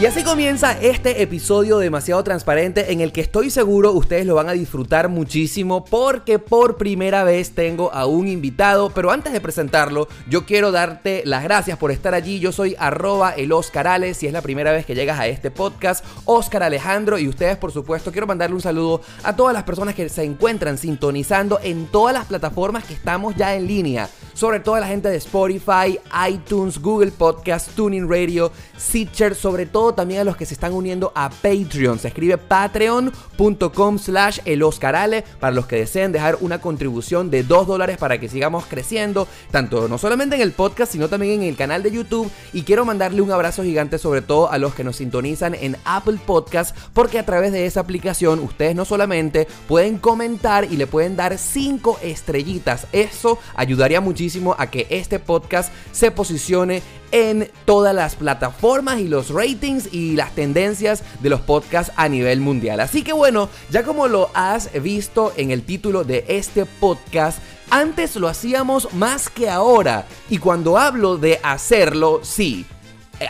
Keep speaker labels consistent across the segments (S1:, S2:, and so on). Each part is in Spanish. S1: Y así comienza este episodio demasiado transparente en el que estoy seguro ustedes lo van a disfrutar muchísimo porque por primera vez tengo a un invitado. Pero antes de presentarlo, yo quiero darte las gracias por estar allí. Yo soy arroba el Oscar Ale, si es la primera vez que llegas a este podcast, Oscar Alejandro y ustedes por supuesto quiero mandarle un saludo a todas las personas que se encuentran sintonizando en todas las plataformas que estamos ya en línea. Sobre todo a la gente de Spotify, iTunes, Google Podcast, Tuning Radio, Stitcher, sobre todo también a los que se están uniendo a Patreon. Se escribe patreon.com slash el Oscarale para los que deseen dejar una contribución de 2 dólares para que sigamos creciendo, tanto no solamente en el podcast, sino también en el canal de YouTube. Y quiero mandarle un abrazo gigante sobre todo a los que nos sintonizan en Apple Podcast, porque a través de esa aplicación ustedes no solamente pueden comentar y le pueden dar 5 estrellitas. Eso ayudaría muchísimo a que este podcast se posicione en todas las plataformas y los ratings y las tendencias de los podcasts a nivel mundial. Así que bueno, ya como lo has visto en el título de este podcast, antes lo hacíamos más que ahora. Y cuando hablo de hacerlo, sí,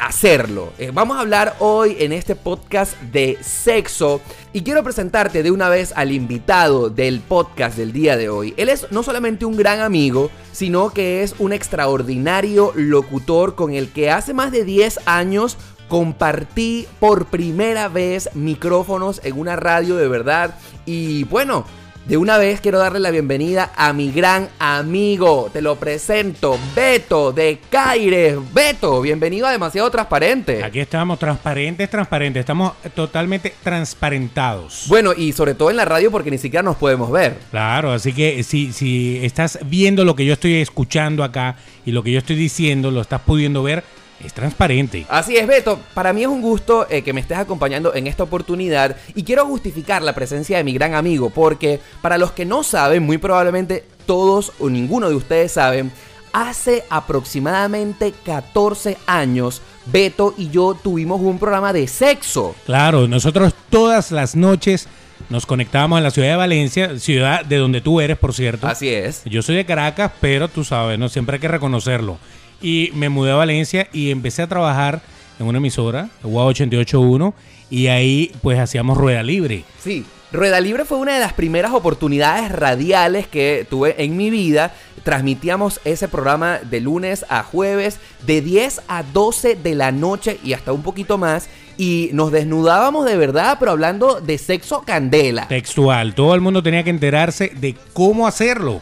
S1: hacerlo. Eh, vamos a hablar hoy en este podcast de sexo y quiero presentarte de una vez al invitado del podcast del día de hoy. Él es no solamente un gran amigo, sino que es un extraordinario locutor con el que hace más de 10 años compartí por primera vez micrófonos en una radio de verdad y bueno, de una vez quiero darle la bienvenida a mi gran amigo, te lo presento, Beto de Caires. Beto, bienvenido a Demasiado Transparente.
S2: Aquí estamos, transparentes, transparentes, estamos totalmente transparentados.
S1: Bueno, y sobre todo en la radio porque ni siquiera nos podemos ver.
S2: Claro, así que si, si estás viendo lo que yo estoy escuchando acá y lo que yo estoy diciendo, lo estás pudiendo ver, es transparente.
S1: Así es, Beto. Para mí es un gusto eh, que me estés acompañando en esta oportunidad y quiero justificar la presencia de mi gran amigo porque para los que no saben, muy probablemente todos o ninguno de ustedes saben, hace aproximadamente 14 años Beto y yo tuvimos un programa de sexo.
S2: Claro, nosotros todas las noches nos conectábamos en la ciudad de Valencia, ciudad de donde tú eres, por cierto.
S1: Así es.
S2: Yo soy de Caracas, pero tú sabes, ¿no? Siempre hay que reconocerlo y me mudé a Valencia y empecé a trabajar en una emisora, UA 881, y ahí pues hacíamos rueda libre.
S1: Sí, Rueda Libre fue una de las primeras oportunidades radiales que tuve en mi vida. Transmitíamos ese programa de lunes a jueves, de 10 a 12 de la noche y hasta un poquito más. Y nos desnudábamos de verdad, pero hablando de sexo candela.
S2: Textual, todo el mundo tenía que enterarse de cómo hacerlo,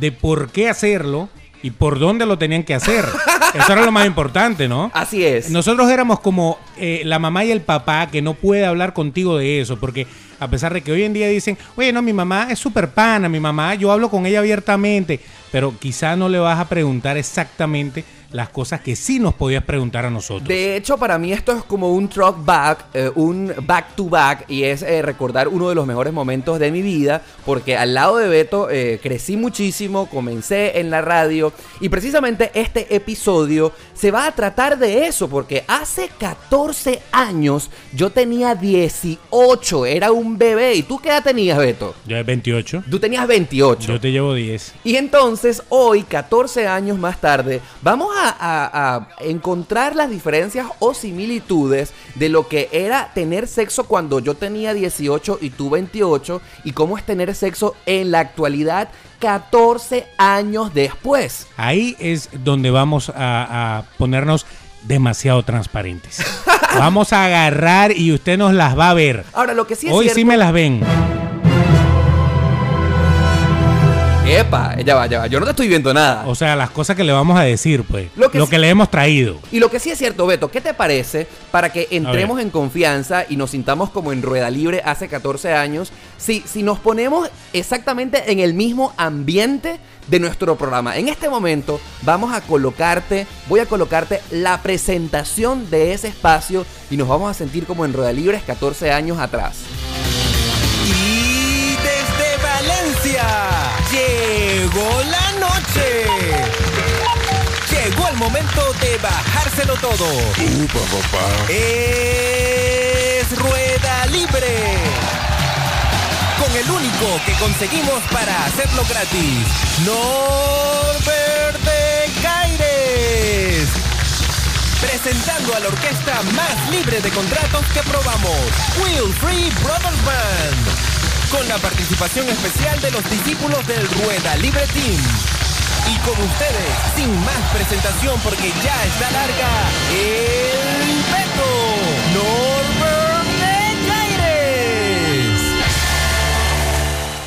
S2: de por qué hacerlo y por dónde lo tenían que hacer. Eso era lo más importante, ¿no?
S1: Así es.
S2: Nosotros éramos como eh, la mamá y el papá que no puede hablar contigo de eso, porque a pesar de que hoy en día dicen, oye, no, mi mamá es súper pana, mi mamá, yo hablo con ella abiertamente, pero quizá no le vas a preguntar exactamente las cosas que sí nos podías preguntar a nosotros.
S1: De hecho, para mí esto es como un truck back, eh, un back to back, y es eh, recordar uno de los mejores momentos de mi vida, porque al lado de Beto eh, crecí muchísimo, comencé en la radio, y precisamente este episodio se va a tratar de eso, porque hace 14 años yo tenía 18, era un bebé, ¿y tú qué edad tenías, Beto?
S2: Yo 28.
S1: Tú tenías 28.
S2: Yo te llevo 10.
S1: Y entonces, hoy, 14 años más tarde, vamos a a, a, a, encontrar las diferencias o similitudes de lo que era tener sexo cuando yo tenía 18 y tú 28 y cómo es tener sexo en la actualidad 14 años después.
S2: Ahí es donde vamos a, a ponernos demasiado transparentes. vamos a agarrar y usted nos las va a ver.
S1: Ahora, lo que sí es
S2: Hoy
S1: cierto,
S2: sí me las ven.
S1: Epa, ya va, ya va. Yo no te estoy viendo nada.
S2: O sea, las cosas que le vamos a decir, pues.
S1: Lo
S2: Lo
S1: que
S2: que,
S1: sí-
S2: le hemos traído.
S1: Y lo que sí es cierto, Beto, ¿qué te parece para que entremos
S2: ver.
S1: en confianza y nos sintamos como en rueda libre hace 14 años si, si nos ponemos exactamente en el mismo ambiente de nuestro programa? En este momento vamos a colocarte, voy a colocarte la presentación de ese espacio y nos vamos a sentir como en rueda libres 14 años atrás.
S3: Y desde Valencia llegó la noche. Llegó el momento de bajárselo todo. Es rueda libre. Con el único que conseguimos para hacerlo gratis. Norbert de Caires. Presentando a la orquesta más libre de contratos que probamos, Will Free Brothers Band. Con la participación especial de los discípulos del Rueda Libre Team. Y con ustedes, sin más presentación porque ya está larga, el Beto Norbert de Caires.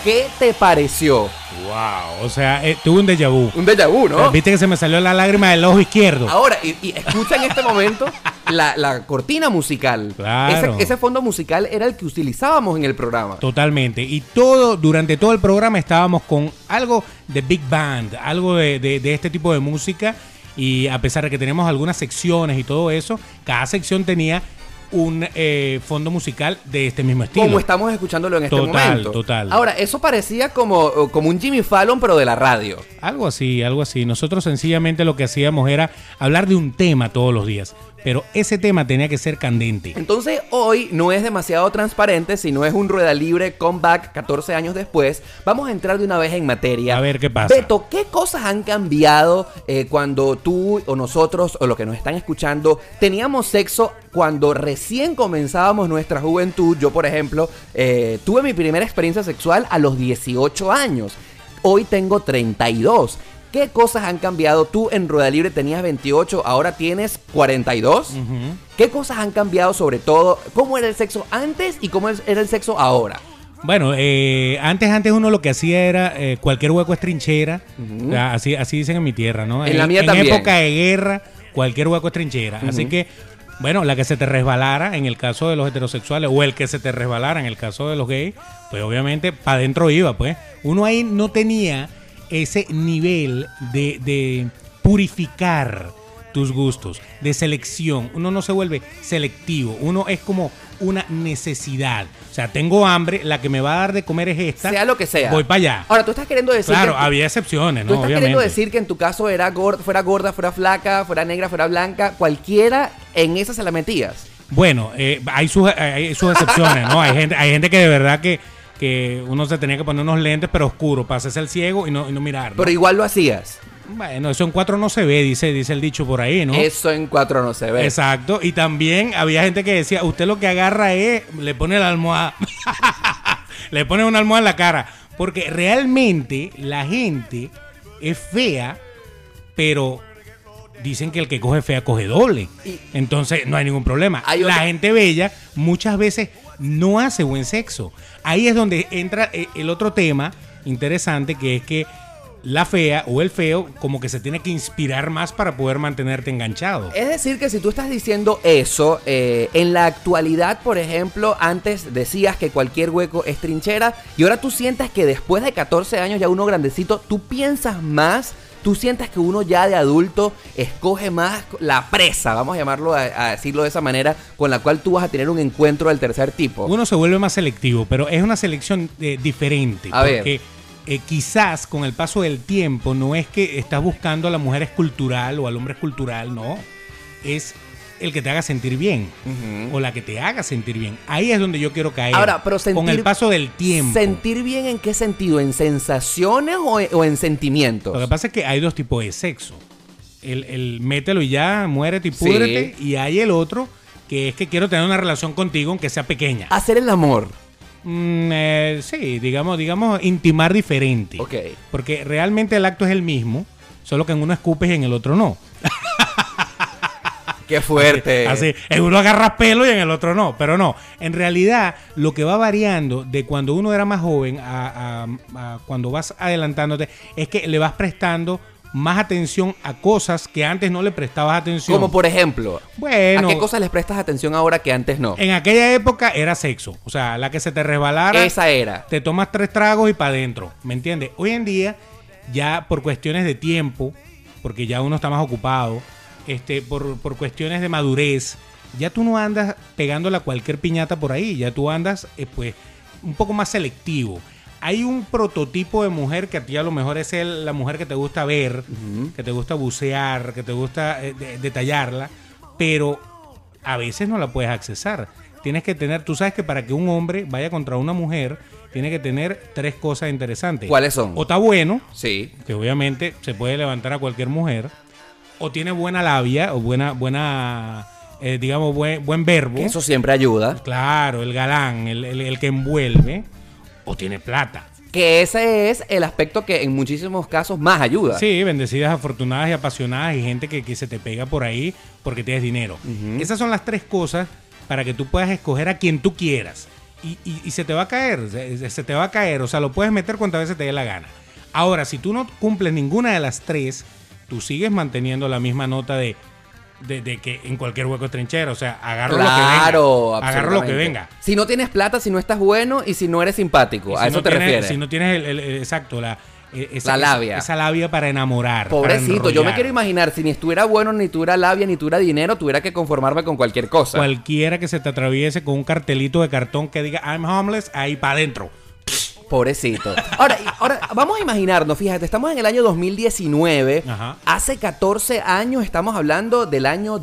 S1: ¿Qué te pareció?
S2: Wow. O sea, eh, tuve un déjà vu.
S1: Un déjà vu,
S2: O sea,
S1: ¿no?
S2: Viste que se me salió la lágrima del ojo izquierdo.
S1: Ahora, y, y escucha en este momento la, la cortina musical.
S2: Claro.
S1: Ese, ese fondo musical era el que utilizábamos en el programa.
S2: Totalmente. Y todo, durante todo el programa estábamos con algo de Big Band, algo de, de- de este tipo de música. Y a pesar de que tenemos algunas secciones y todo eso, cada sección tenía un eh, fondo musical de este mismo estilo.
S1: Como estamos escuchándolo en este
S2: Total,
S1: momento.
S2: total.
S1: Ahora, eso parecía como, como un Jimmy Fallon, pero de la radio.
S2: Algo así, algo así. Nosotros sencillamente lo que hacíamos era hablar de un tema todos los días. Pero ese tema tenía que ser candente.
S1: Entonces, hoy no es demasiado transparente, sino es un rueda libre comeback 14 años después. Vamos a entrar de una vez en materia.
S2: A ver qué pasa.
S1: Beto, ¿qué cosas han cambiado eh, cuando tú o nosotros o los que nos están escuchando teníamos sexo cuando recién comenzábamos nuestra juventud? Yo, por ejemplo, eh, tuve mi primera experiencia sexual a los 18 años. Hoy tengo 32. ¿Qué cosas han cambiado? Tú en Rueda Libre tenías 28, ahora tienes 42. ¿Qué cosas han cambiado sobre todo? ¿Cómo era el sexo antes y cómo era el sexo ahora?
S2: Bueno, eh, antes, antes uno lo que hacía era eh, cualquier hueco es trinchera. O sea, así, así dicen en mi tierra, ¿no?
S1: En la mía también.
S2: época de guerra, cualquier hueco es trinchera. Así que, bueno, la que se te resbalara en el caso de los heterosexuales o el que se te resbalara en el caso de los gays, pues obviamente para adentro iba, pues. Uno ahí no tenía ese nivel de, de purificar tus gustos, de selección. Uno no se vuelve selectivo, uno es como una necesidad. O sea, tengo hambre, la que me va a dar de comer es esta.
S1: Sea lo que sea.
S2: Voy para allá.
S1: Ahora, tú estás queriendo decir
S2: claro,
S1: que-
S2: había excepciones, ¿no?
S1: Tú estás queriendo
S2: Obviamente.
S1: decir que en tu caso era gor- fuera gorda, fuera flaca, fuera negra, fuera blanca, cualquiera en esa se la metías.
S2: Bueno, eh, hay, sus, hay sus excepciones, ¿no? Hay gente, hay gente que de verdad que, que uno se tenía que poner unos lentes, pero oscuro, para hacerse el ciego y no, y no mirar. ¿no?
S1: Pero igual lo hacías.
S2: Bueno, eso en cuatro no se ve, dice, dice el dicho por ahí, ¿no?
S1: Eso en cuatro no se ve.
S2: Exacto. Y también había gente que decía, usted lo que agarra es, le pone la almohada. le pone una almohada en la cara. Porque realmente la gente es fea, pero dicen que el que coge fea coge doble.
S1: Y-
S2: Entonces no hay ningún problema.
S1: Hay
S2: la
S1: otra-
S2: gente bella muchas veces no hace buen sexo. Ahí es donde entra eh, el otro tema interesante que es que la fea o el feo como que se tiene que inspirar más para poder mantenerte enganchado.
S1: Es decir, que si tú estás diciendo eso, eh, en la actualidad, por ejemplo, antes decías que cualquier hueco es trinchera y ahora tú sientes que después de 14 años ya uno grandecito, tú piensas más, tú sientes que uno ya de adulto escoge más la presa, vamos a llamarlo a, a decirlo de esa manera, con la cual tú vas a tener un encuentro del tercer tipo.
S2: Uno se vuelve más selectivo, pero es una selección eh, diferente.
S1: A ver.
S2: porque eh, quizás con el paso del tiempo no es que estás buscando a la mujer escultural o al hombre escultural, no. Es el que te haga sentir bien o la que te haga sentir bien. Ahí es donde yo quiero caer.
S1: Ahora, pero sentir,
S2: con el paso del tiempo.
S1: ¿Sentir bien en qué sentido? ¿En sensaciones o en, o en sentimientos?
S2: Lo que pasa es que hay dos tipos de sexo. El, el mételo y ya, muérete y
S1: Sí.
S2: púdrete. Y hay el otro que es que quiero tener una relación contigo aunque sea pequeña.
S1: Hacer el amor.
S2: Mm, eh, sí, digamos, digamos, intimar diferente.
S1: Ok.
S2: Porque realmente el acto es el mismo, solo que en uno escupes y en el otro no.
S1: Qué fuerte.
S2: Así, en uno agarra pelo y en el otro no, pero no. En realidad, lo que va variando de cuando uno era más joven a, a- a cuando vas adelantándote es que le vas prestando más atención a cosas que antes no le prestabas atención.
S1: Como por ejemplo,
S2: Bueno.
S1: ¿a qué cosas les prestas atención ahora que antes no?
S2: En aquella época era sexo, o sea, la que se te resbalara.
S1: Esa era.
S2: Te tomas tres tragos y para adentro, ¿me entiendes? Hoy en día, ya por cuestiones de tiempo, porque ya uno está más ocupado, este, por, por cuestiones de madurez, ya tú no andas pegándola a cualquier piñata por ahí, ya tú andas, eh, pues, un poco más selectivo. Hay un prototipo de mujer que a ti a lo mejor es el- la mujer que te gusta ver, que te gusta bucear, que te gusta eh, de- detallarla, pero a veces no la puedes accesar. Tienes que tener, tú sabes que para que un hombre vaya contra una mujer, tiene que tener tres cosas interesantes.
S1: ¿Cuáles son?
S2: O está bueno,
S1: Sí.
S2: que obviamente se puede levantar a cualquier mujer, o tiene buena labia, o buena, buena, eh, digamos, buen, buen verbo.
S1: que Eso siempre ayuda.
S2: Claro, el galán, el, el- el que envuelve, o tiene plata.
S1: Que ese es el aspecto que en muchísimos casos más ayuda.
S2: Sí, bendecidas, afortunadas y apasionadas y gente que, que se te pega por ahí porque tienes dinero. Esas son las tres cosas para que tú puedas escoger a quien tú quieras. Y, y- y se te va a caer, se, se te va a caer. O sea, lo puedes meter cuantas veces te dé la gana. Ahora, si tú no cumples ninguna de las tres, tú sigues manteniendo la misma nota de, de- de que en cualquier hueco es trinchera. O sea, agarro
S1: Claro,
S2: lo que venga. Agarro lo que
S1: absolutamente.
S2: venga.
S1: Si no tienes plata, si no estás bueno y si no eres simpático,
S2: Y
S1: a
S2: si
S1: eso
S2: no
S1: te
S2: tienes-
S1: refieres.
S2: Si no tienes el, el- el- exacto, la, eh,
S1: La
S2: esa, esa-
S1: labia.
S2: Esa, labia para enamorar. para
S1: Pobrecito, yo me
S2: enrollar.
S1: quiero imaginar, si ni estuviera bueno, ni tuviera labia, ni tuviera dinero, tuviera que conformarme con cualquier cosa.
S2: Cualquiera que se te atraviese con un cartelito de cartón que diga I'm homeless, ahí para adentro.
S1: Pobrecito. Ahora, y- ahora, vamos a imaginarnos, fíjate, estamos en el año 2019.
S2: Ajá.
S1: Hace 14 años, estamos hablando del año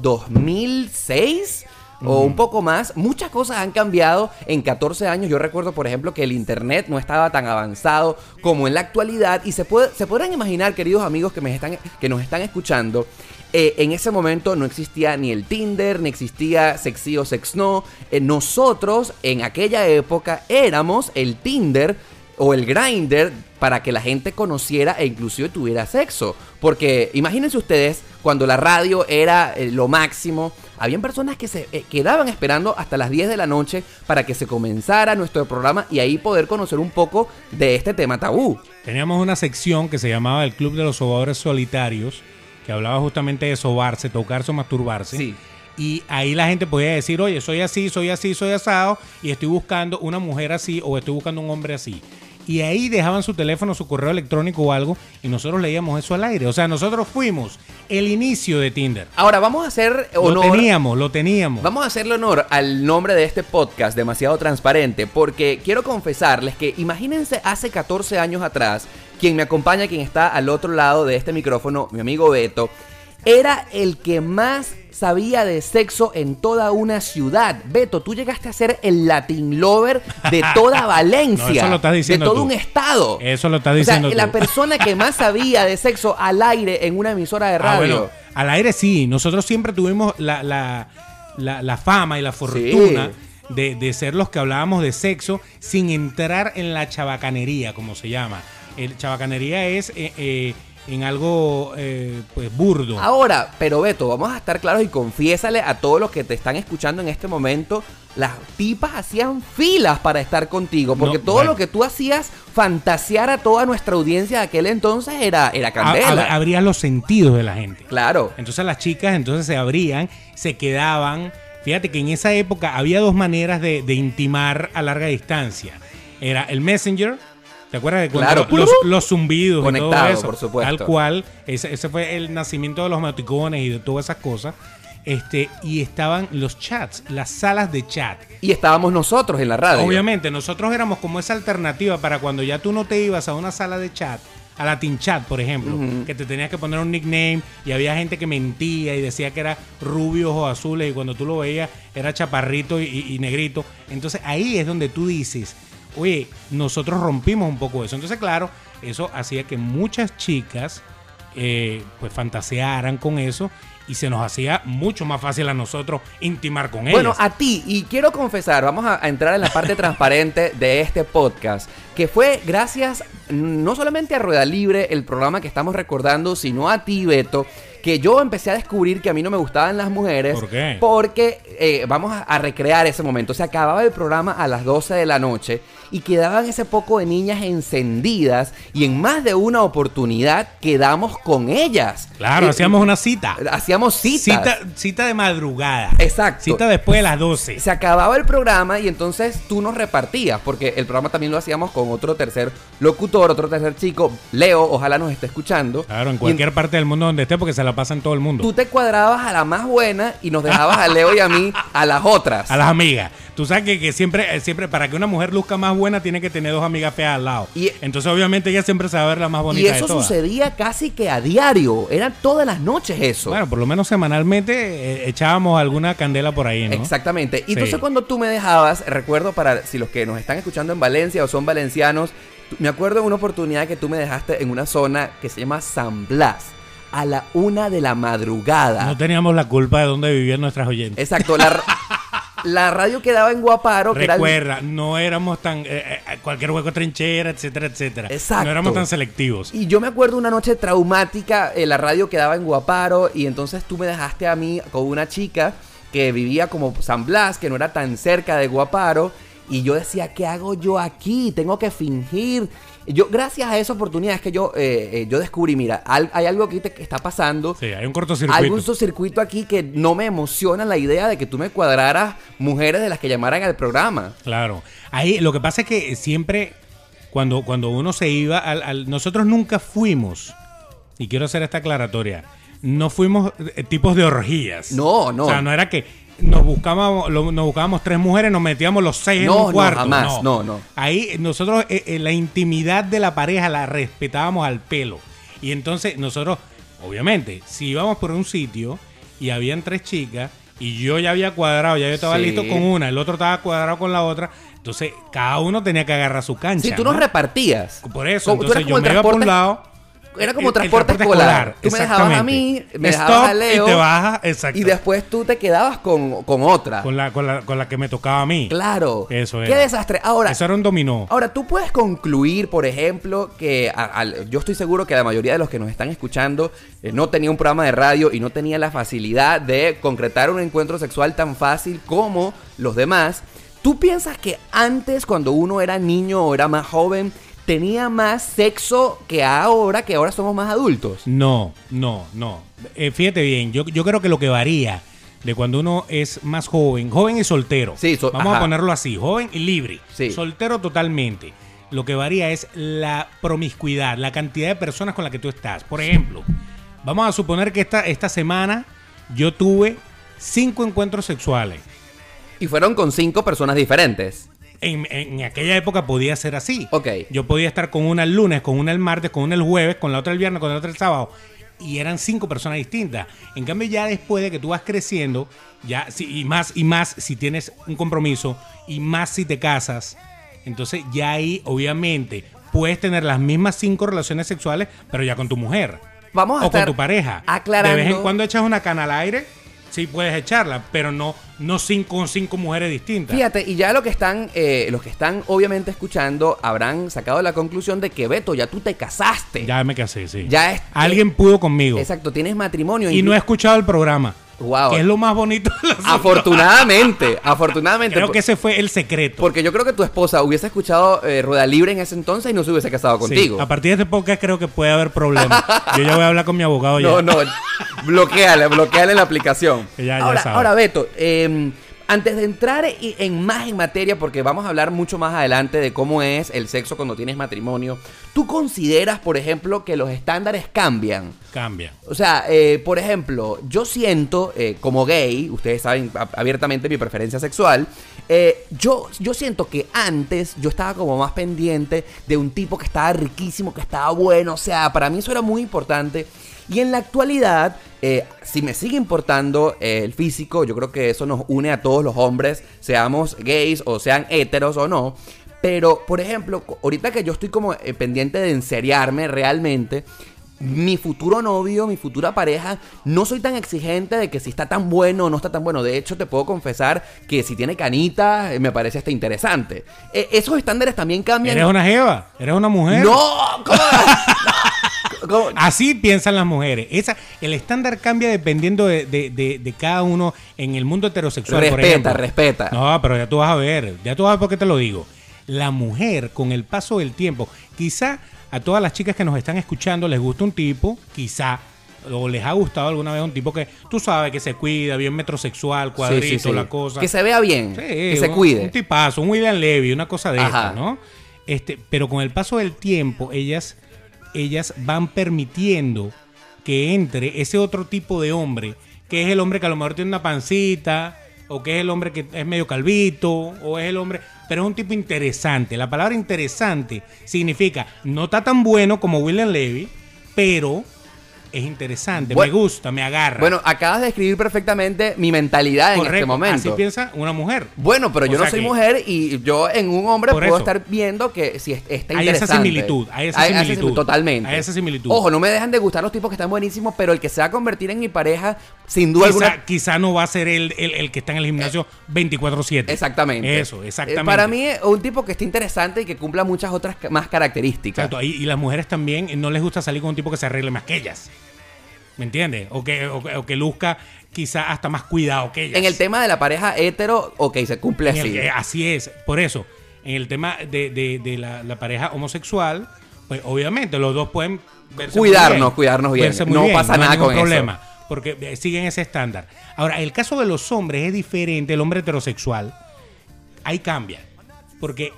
S1: 2006 o un poco más. Muchas cosas han cambiado en 14 años. Yo recuerdo, por ejemplo, que el Internet no estaba tan avanzado como en la actualidad. Y se, puede, se podrán imaginar, queridos amigos que, me están, que nos están escuchando, eh, en ese momento no existía ni el Tinder, ni existía sex sí o sex no. Eh, nosotros en aquella época éramos el Tinder o el grinder para que la gente conociera e inclusive tuviera sexo. Porque imagínense ustedes, cuando la radio era eh, lo máximo, habían personas que se eh, quedaban esperando hasta las 10 de la noche para que se comenzara nuestro programa y ahí poder conocer un poco de este tema tabú.
S2: Teníamos una sección que se llamaba el Club de los Sobadores Solitarios, que hablaba justamente de sobarse, tocarse o masturbarse.
S1: Sí.
S2: Y ahí la gente podía decir, oye, soy así, soy así, soy asado, y estoy buscando una mujer así o estoy buscando un hombre así. Y ahí dejaban su teléfono, su correo electrónico o algo, y nosotros leíamos eso al aire. O sea, nosotros fuimos el inicio de Tinder.
S1: Ahora vamos a hacer Eh, honor.
S2: Lo teníamos, lo teníamos.
S1: Vamos a hacerle honor al nombre de este podcast, demasiado transparente, porque quiero confesarles que imagínense hace 14 años atrás, quien me acompaña, quien está al otro lado de este micrófono, mi amigo Beto, era el que más sabía de sexo en toda una ciudad. Beto, tú llegaste a ser el Latin Lover de toda Valencia,
S2: No, eso lo estás diciendo
S1: de todo
S2: tú.
S1: un estado.
S2: Eso lo estás diciendo
S1: O sea, la
S2: tú.
S1: persona que más sabía de sexo al aire en una emisora de radio.
S2: Ah, bueno, al aire sí. Nosotros siempre tuvimos la, la- la- la fama y la fortuna de, de ser los que hablábamos de sexo sin entrar en la chabacanería, como se llama. El chabacanería es eh, eh, en algo eh, pues burdo.
S1: Ahora, pero Beto, vamos a estar claros y confiésale a todos los que te están escuchando en este momento. Las tipas hacían filas para estar contigo, porque
S2: No,
S1: todo
S2: bueno.
S1: lo que tú hacías fantasear a toda nuestra audiencia de aquel entonces era, era
S2: A- ab-
S1: candela.
S2: abrías los sentidos de la gente.
S1: claro.
S2: Entonces las chicas entonces se abrían, se quedaban. Fíjate que en esa época había dos maneras de, de intimar a larga distancia. Era el messenger, ¿te acuerdas de cuando
S1: Claro.
S2: los, los zumbidos y todo
S1: Conectado,
S2: eso?
S1: por supuesto.
S2: Tal cual, ese, ese fue el nacimiento de los emoticones y de todas esas cosas. Este, y estaban los chats, las salas de chat.
S1: Y estábamos nosotros en la radio.
S2: Obviamente, nosotros éramos como esa alternativa para cuando ya tú no te ibas a una sala de chat, a Latin Chat, por ejemplo, que te tenías que poner un nickname y había gente que mentía y decía que era rubios o azules y cuando tú lo veías era chaparrito y, y- y negrito. Entonces ahí es donde tú dices, oye, nosotros rompimos un poco eso. Entonces, claro, eso hacía que muchas chicas eh, pues fantasearan con eso. Y se nos hacía mucho más fácil a nosotros intimar con
S1: Bueno,
S2: ellas.
S1: a ti, y quiero confesar, vamos a, a entrar en la parte transparente de este podcast, que fue gracias mm, no solamente a Rueda Libre, el programa que estamos recordando, sino a ti, Beto, que yo empecé a descubrir que a mí no me gustaban las mujeres.
S2: ¿Por qué?
S1: Porque eh, vamos a, a recrear ese momento. Se acababa el programa a las 12 de la noche y quedaban ese poco de niñas encendidas y en más de una oportunidad quedamos con ellas.
S2: Claro,
S1: Eh,
S2: hacíamos una cita.
S1: Hacíamos citas.
S2: Cita, cita de madrugada.
S1: Exacto.
S2: Cita después de las 12.
S1: se acababa el programa y entonces tú nos repartías, porque el programa también lo hacíamos con otro tercer locutor, otro tercer chico, Leo, ojalá nos esté escuchando.
S2: Claro, en
S1: Y
S2: cualquier parte del mundo donde esté, porque se la pasa en todo el mundo.
S1: Tú te cuadrabas a la más buena y nos dejabas a Leo y a mí a las otras.
S2: A las amigas. Tú sabes que, que siempre, eh, siempre, para que una mujer luzca más buena, tiene que tener dos amigas feas al lado.
S1: Y- e-
S2: Entonces, obviamente, ella siempre se va a ver la más bonita
S1: y eso
S2: de todas.
S1: sucedía casi que a diario, eran todas las noches eso.
S2: Bueno, por lo menos semanalmente eh, echábamos alguna candela por ahí, ¿no?
S1: Exactamente. Y entonces
S2: Sí.
S1: cuando tú me dejabas, recuerdo para si los que nos están escuchando en Valencia o son valencianos, tú- me acuerdo en una oportunidad que tú me dejaste en una zona que se llama San Blas, a la una de la madrugada.
S2: No teníamos la culpa de dónde vivían nuestras oyentes.
S1: Exacto, la, ra- la radio quedaba en Guaparo, que era el-
S2: Recuerda, no éramos tan. eh, eh, cualquier hueco trinchera, etcétera, etcétera.
S1: Exacto.
S2: No éramos tan selectivos.
S1: Y yo me acuerdo una noche traumática, eh, la radio quedaba en Guaparo y entonces tú me dejaste a mí con una chica que vivía como San Blas, que no era tan cerca de Guaparo. Y yo decía, ¿qué hago yo aquí? Tengo que fingir. Yo, gracias a esa oportunidad es que yo, eh, eh, yo descubrí, mira, al- hay algo aquí te- que está pasando.
S2: Sí, hay un cortocircuito.
S1: Algún circuito aquí que no me emociona la idea de que tú me cuadraras mujeres de las que llamaran al programa.
S2: Claro. Ahí lo que pasa es que siempre, cuando, cuando uno se iba, al, al- nosotros nunca fuimos, y quiero hacer esta aclaratoria, no fuimos eh, tipos de orgías.
S1: No, no.
S2: O sea, no era que nos buscábamos, lo- nos buscábamos tres mujeres, nos metíamos los seis
S1: No,
S2: en
S1: no,
S2: un cuarto.
S1: jamás. No, no.
S2: Ahí nosotros eh, eh, la intimidad de la pareja la respetábamos al pelo. Y entonces nosotros, obviamente, si íbamos por un sitio y habían tres chicas y yo ya había cuadrado, ya yo estaba
S1: Sí.
S2: listo con una, el otro estaba cuadrado con la otra, entonces cada uno tenía que agarrar su cancha.
S1: Si tú nos
S2: ¿no?
S1: repartías.
S2: Por eso,
S1: Como- tú eras como
S2: entonces yo
S1: el
S2: me iba por un
S1: transporte-
S2: lado.
S1: Era como
S2: el- el
S1: transporte, escolar. Tú me dejabas a
S2: exactamente.
S1: mí, me
S2: Stop
S1: dejabas a Leo.
S2: Y te bajas, exacto.
S1: Y después tú te quedabas con, con otra.
S2: con, la, con, la, con la que me tocaba a mí.
S1: Ah. Claro.
S2: Eso
S1: Qué
S2: era.
S1: desastre. Ahora,
S2: Eso era un dominó.
S1: ahora, tú puedes concluir, por ejemplo, que a- al- yo estoy seguro que la mayoría de los que nos están escuchando eh, no tenía un programa de radio y no tenía la facilidad de concretar un encuentro sexual tan fácil como los demás. ¿Tú piensas que antes, cuando uno era niño o era más joven, tenía más sexo que ahora, que ahora somos más adultos?
S2: No, no, no. Eh, fíjate bien, yo, yo creo que lo que varía de cuando uno es más joven, joven y soltero.
S1: Sí, so-
S2: Vamos
S1: ajá.
S2: a ponerlo así, joven y libre.
S1: Sí.
S2: Soltero totalmente. Lo que varía es la promiscuidad, la cantidad de personas con las que tú estás. Por ejemplo, vamos a suponer que esta, esta semana yo tuve cinco encuentros sexuales.
S1: Y fueron con cinco personas diferentes.
S2: En, en aquella época podía ser así.
S1: Ok.
S2: Yo podía estar con una el lunes, con una el martes, con una el jueves, con la otra el viernes, con la otra el sábado. Y eran cinco personas distintas. En cambio, ya después de que tú vas creciendo, ya si- y más y más si tienes un compromiso, y más si te casas, entonces ya ahí, obviamente, puedes tener las mismas cinco relaciones sexuales, pero ya con tu mujer.
S1: Vamos a
S2: O con
S1: estar
S2: tu pareja.
S1: aclarando-
S2: De vez en cuando echas una cana al aire, sí puedes echarla, pero no, no cinco, con cinco mujeres distintas.
S1: Fíjate, y ya lo que están, eh, los que están obviamente escuchando habrán sacado la conclusión de que Beto, ya tú te casaste.
S2: Ya me casé, sí.
S1: Ya es-
S2: Alguien pudo conmigo.
S1: Exacto, tienes matrimonio.
S2: Y no he escuchado el programa.
S1: Wow.
S2: Que es lo más bonito del asunto.
S1: Afortunadamente, pues. afortunadamente.
S2: Creo
S1: por-
S2: que ese fue el secreto.
S1: Porque yo creo que tu esposa hubiese escuchado eh, Rueda Libre en ese entonces y no se hubiese casado
S2: Sí,
S1: contigo.
S2: a partir de este podcast creo que puede haber problemas. Yo ya voy a hablar con mi abogado
S1: no,
S2: ya.
S1: no, bloqueale, bloqueale la aplicación.
S2: Ya- ya
S1: ahora,
S2: sabe.
S1: ahora, Beto, eh, antes de entrar y- en más en materia, porque vamos a hablar mucho más adelante de cómo es el sexo cuando tienes matrimonio, ¿tú consideras, por ejemplo, que los estándares cambian?
S2: Cambia.
S1: O sea, eh, por ejemplo, yo siento, eh, como gay, ustedes saben a- abiertamente mi preferencia sexual, eh, yo, yo siento que antes yo estaba como más pendiente de un tipo que estaba riquísimo, que estaba bueno, o sea, para mí eso era muy importante. Y en la actualidad, eh, si me sigue importando eh, el físico, yo creo que eso nos une a todos los hombres, seamos gays o sean heteros o no. Pero, por ejemplo, co- ahorita que yo estoy como eh, pendiente de enseriarme realmente, mi futuro novio, mi futura pareja, no soy tan exigente de que si está tan bueno o no está tan bueno. De hecho, te puedo confesar que si tiene canitas, eh, me parece hasta interesante. E, Eh, esos estándares también cambian.
S2: ¿Eres una jeva? ¿Eres una mujer?
S1: ¡No! ¿Cómo? ¿Cómo?
S2: Así piensan las mujeres. Esa, el estándar cambia dependiendo de, de- de- de cada uno en el mundo heterosexual. por
S1: Respeta,
S2: ejemplo.
S1: respeta.
S2: No, pero ya tú vas a ver, ya tú vas a ver por qué te lo digo. La mujer, con el paso del tiempo, quizá a todas las chicas que nos están escuchando les gusta un tipo, quizá, o les ha gustado alguna vez un tipo que tú sabes que se cuida, bien metrosexual, cuadrito,
S1: Sí, sí, sí.
S2: la cosa.
S1: Que se vea bien,
S2: Sí,
S1: que se
S2: un-
S1: cuide.
S2: Un tipazo, un William Levy, una cosa de
S1: Ajá.
S2: estas, ¿no? Este, pero con el paso del tiempo, ellas, ellas van permitiendo que entre ese otro tipo de hombre, que es el hombre que a lo mejor tiene una pancita, o que es el hombre que es medio calvito, o es el hombre. Pero es un tipo interesante. La palabra interesante significa no está tan bueno como William Levy, pero es interesante,
S1: Bueno.
S2: me gusta, me agarra.
S1: Bueno, acabas de describir perfectamente mi mentalidad en este
S2: Correcto, Así
S1: momento.
S2: piensa una mujer.
S1: Bueno, pero
S2: O
S1: yo no
S2: sea
S1: soy
S2: que-
S1: mujer y yo en un hombre
S2: Por
S1: puedo
S2: eso.
S1: estar viendo que si es- está interesante.
S2: Hay esa similitud, hay esa
S1: simil-
S2: similitud.
S1: Totalmente.
S2: Hay esa similitud.
S1: Ojo, no me dejan de gustar los tipos que están buenísimos, pero el que se va a convertir en mi pareja, sin duda
S2: Quizá,
S1: alguna... Eh,
S2: quizá no va a ser el, el- el que está en el gimnasio 24-7.
S1: Exactamente.
S2: Eso,
S1: Eh,
S2: exactamente.
S1: para mí, un tipo que esté interesante y que cumpla muchas otras ca- más características.
S2: Exacto, y, y las mujeres también eh, no les gusta salir con un tipo que se arregle más que ellas. ¿Me entiendes? O que, o, que- o que luzca quizá hasta más cuidado que ellas.
S1: En el tema de la pareja hetero, ok, se cumple
S2: En el-
S1: así.
S2: eh, así es. Por eso, en el tema de, de- de la, la pareja homosexual, pues obviamente los dos pueden verse muy
S1: Cuidarnos, cuidarnos bien.
S2: Verse muy
S1: No pasa
S2: hay
S1: nada
S2: ningún
S1: con eso.
S2: problema, Porque eh, siguen ese estándar. Ahora, el caso de los hombres es diferente. El hombre heterosexual, ahí cambia. Porque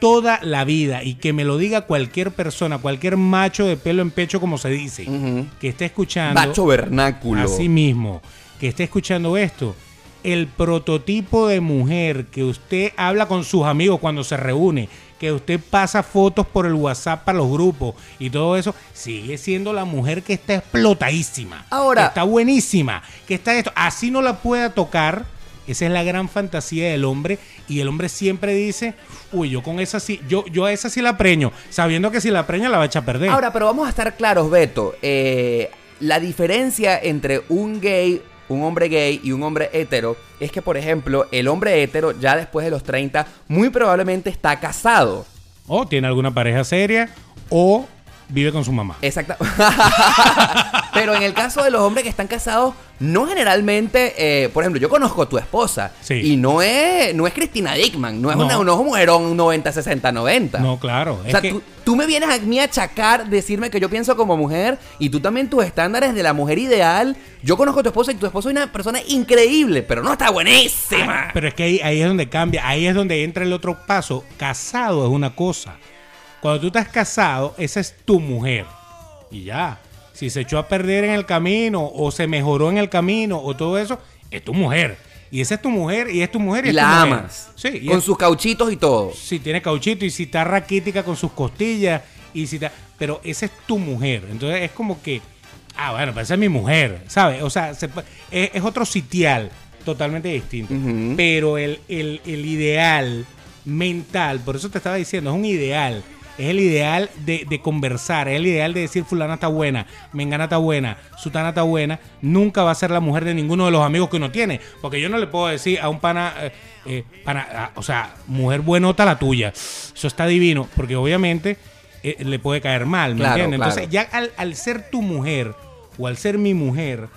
S2: toda la vida, y que me lo diga cualquier persona, cualquier macho de pelo en pecho, como se dice,
S1: Ujú.
S2: que esté escuchando.
S1: Bacho vernáculo.
S2: Así mismo, que esté escuchando esto, el prototipo de mujer que usted habla con sus amigos cuando se reúne, que usted pasa fotos por el WhatsApp para los grupos y todo eso, sigue siendo la mujer que está explotadísima.
S1: Ahora-
S2: que está buenísima, que está esto. Así no la pueda tocar. Esa es la gran fantasía del hombre y el hombre siempre dice, uy, yo con esa sí, yo, yo a esa sí la preño, sabiendo que si la preña la va a echar a perder.
S1: Ahora, pero vamos a estar claros, Beto. Eh, la diferencia entre un gay, un hombre gay y un hombre hetero es que, por ejemplo, el hombre hetero ya después de los 30 muy probablemente está casado.
S2: O tiene alguna pareja seria o vive con su mamá.
S1: Exacto. pero en el caso de los hombres que están casados, no generalmente, eh, por ejemplo, yo conozco a tu esposa
S2: Sí.
S1: y no es, no es Cristina Dickman, no es,
S2: No.
S1: Una, no es un mujerón 90-60-90.
S2: No, claro.
S1: O
S2: es
S1: sea,
S2: que-
S1: tú, tú me vienes a mí a achacar, decirme que yo pienso como mujer y tú también tus estándares de la mujer ideal. Yo conozco a tu esposa y tu esposa es una persona increíble, pero no está buenísima.
S2: Ah, pero es que ahí, ahí es donde cambia, ahí es donde entra el otro paso. Casado es una cosa. Cuando tú estás casado, esa es tu mujer. Y ya. Si se echó a perder en el camino, o se mejoró en el camino, o todo eso, es tu mujer. Y esa es tu mujer, y es tu mujer, y,
S1: y
S2: es tu
S1: la
S2: mujer.
S1: amas.
S2: Sí, y
S1: con
S2: es-
S1: sus cauchitos y todo.
S2: si tiene cauchito y si está raquítica con sus costillas y si está, pero esa es tu mujer. Entonces es como que ah, bueno, pero esa es mi mujer, ¿sabes? O sea, se pu- es, es otro sitial totalmente distinto,
S1: Ujú.
S2: pero el, el- el ideal mental, por eso te estaba diciendo, es un ideal. Es el ideal de, de conversar, es el ideal de decir fulana está buena, mengana está buena, sutana está buena. Nunca va a ser la mujer de ninguno de los amigos que uno tiene. Porque yo no le puedo decir a un pana, eh, eh, pana, ah, o sea, mujer buenota la tuya. Eso está divino. Porque obviamente eh, le puede caer mal, ¿me
S1: Claro,
S2: entiendes?
S1: claro.
S2: Entonces ya al, al ser tu mujer o al ser mi mujer,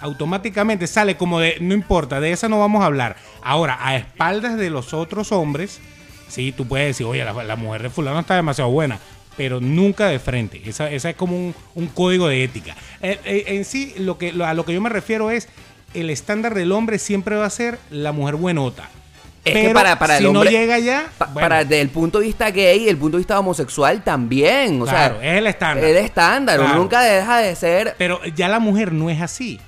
S2: automáticamente sale como de, no importa, de esa no vamos a hablar. Ahora, a espaldas de los otros hombres, sí, tú puedes decir, oye, la, la mujer de fulano está demasiado buena, pero nunca de frente. Esa, esa es como un, un código de ética. Eh, eh, en sí, lo que, lo- a lo que yo me refiero es, el estándar del hombre siempre va a ser la mujer buenota.
S1: Es que
S2: pero
S1: para- para el
S2: si
S1: hombre-
S2: no llega ya,
S1: Pa-
S2: bueno,
S1: Para desde el punto de vista gay, el punto de vista homosexual también. O
S2: claro,
S1: sea,
S2: es el estándar.
S1: el estándar. uno
S2: Claro.
S1: Nunca deja de ser.
S2: Pero ya la mujer no es así.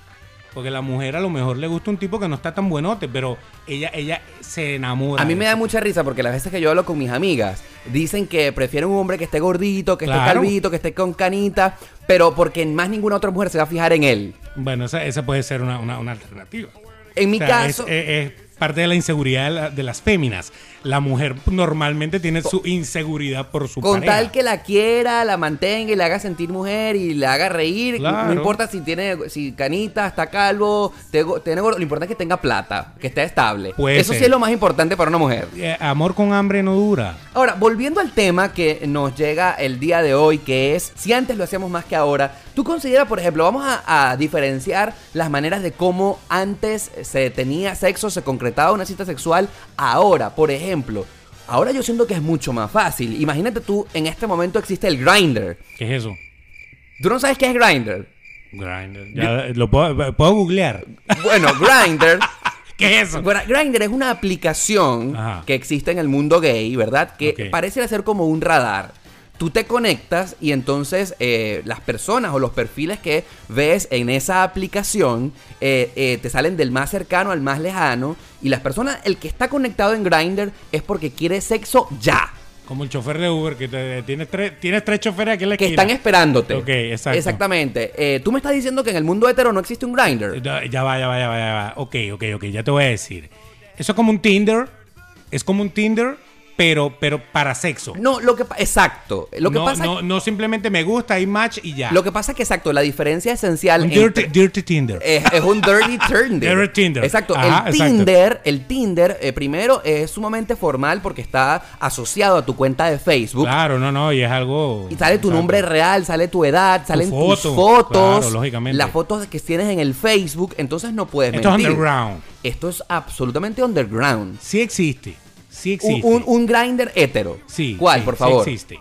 S2: Porque la mujer a lo mejor le gusta un tipo que no está tan buenote, pero ella, ella se enamora.
S1: A mí
S2: de
S1: me
S2: ese
S1: da mucha risa porque las veces que yo hablo con mis amigas, dicen que prefieren un hombre que esté gordito, que esté
S2: Claro.
S1: calvito, que esté con canita, pero porque más ninguna otra mujer se va a fijar en él.
S2: tipo. Bueno, esa, esa puede ser una, una- una alternativa.
S1: En mi
S2: O sea, es-
S1: caso,
S2: Es, es parte de la inseguridad de, la- de las féminas. la mujer normalmente tiene su inseguridad por su
S1: Con
S2: pareja.
S1: tal que la quiera, la mantenga y la haga sentir mujer y la haga reír.
S2: Claro.
S1: No importa si tiene si canita, está calvo, te- tiene gordo. Lo importante es que tenga plata, que esté estable.
S2: Puede
S1: Eso sí
S2: ser.
S1: es lo más importante para una mujer.
S2: Eh, amor con hambre no dura.
S1: Ahora, volviendo al tema que nos llega el día de hoy, que es si antes lo hacíamos más que ahora, tú consideras, por ejemplo, vamos a, a diferenciar las maneras de cómo antes se tenía sexo, se concretaba una cita sexual, ahora, por ejemplo. Ahora yo siento que es mucho más fácil. Imagínate tú, en este momento existe el grinder.
S2: ¿Qué es eso?
S1: ¿Tú no sabes qué es grinder?
S2: Grindr. Ya, eh, lo puedo, puedo googlear.
S1: Bueno, grinder
S2: ¿Qué es eso?
S1: Bueno, Grindr es una aplicación
S2: Ajá.
S1: que existe en el mundo gay, ¿verdad? Que
S2: Ok.
S1: parece ser como un radar. Tú te conectas y entonces eh, las personas o los perfiles que ves en esa aplicación eh, eh, te salen del más cercano al más lejano. Y las personas, el que está conectado en Grindr es porque quiere sexo ya.
S2: Como el chofer de Uber que te- tiene tres, tienes tres choferes aquí en la
S1: Que
S2: esquina.
S1: están esperándote.
S2: Ok, exacto.
S1: Exactamente. Eh, Tú me estás diciendo que en el mundo hetero no existe un Grindr.
S2: Ya ya va, ya va, ya va, ya va. Ok, ok, ok, ya te voy a decir. Eso es como un Tinder. Es como un Tinder, pero, pero para sexo.
S1: No, lo que... pa- Exacto. Lo que
S2: no,
S1: pasa...
S2: no, no simplemente me gusta, hay match y ya.
S1: Lo que pasa es que, exacto, la diferencia esencial
S2: un
S1: entre- Eh,
S2: dirty, dirty Tinder.
S1: Es, es un dirty Tinder.
S2: Dirty Tinder.
S1: Exacto.
S2: Ajá,
S1: el
S2: exacto.
S1: Tinder, el Tinder, eh, primero es sumamente formal porque está asociado a tu cuenta de Facebook.
S2: claro, no, no, y es algo.
S1: Y sale tu
S2: exacto.
S1: nombre real, sale tu edad, salen
S2: foto,
S1: tus fotos.
S2: claro, lógicamente.
S1: Las fotos que tienes en el Facebook, entonces no puedes
S2: Esto es
S1: mentir.
S2: underground.
S1: Esto es absolutamente underground.
S2: Sí existe. Sí
S1: Un,
S2: existe.
S1: un, un grinder hétero.
S2: Sí.
S1: ¿Cuál,
S2: sí,
S1: por favor?
S2: Sí existe.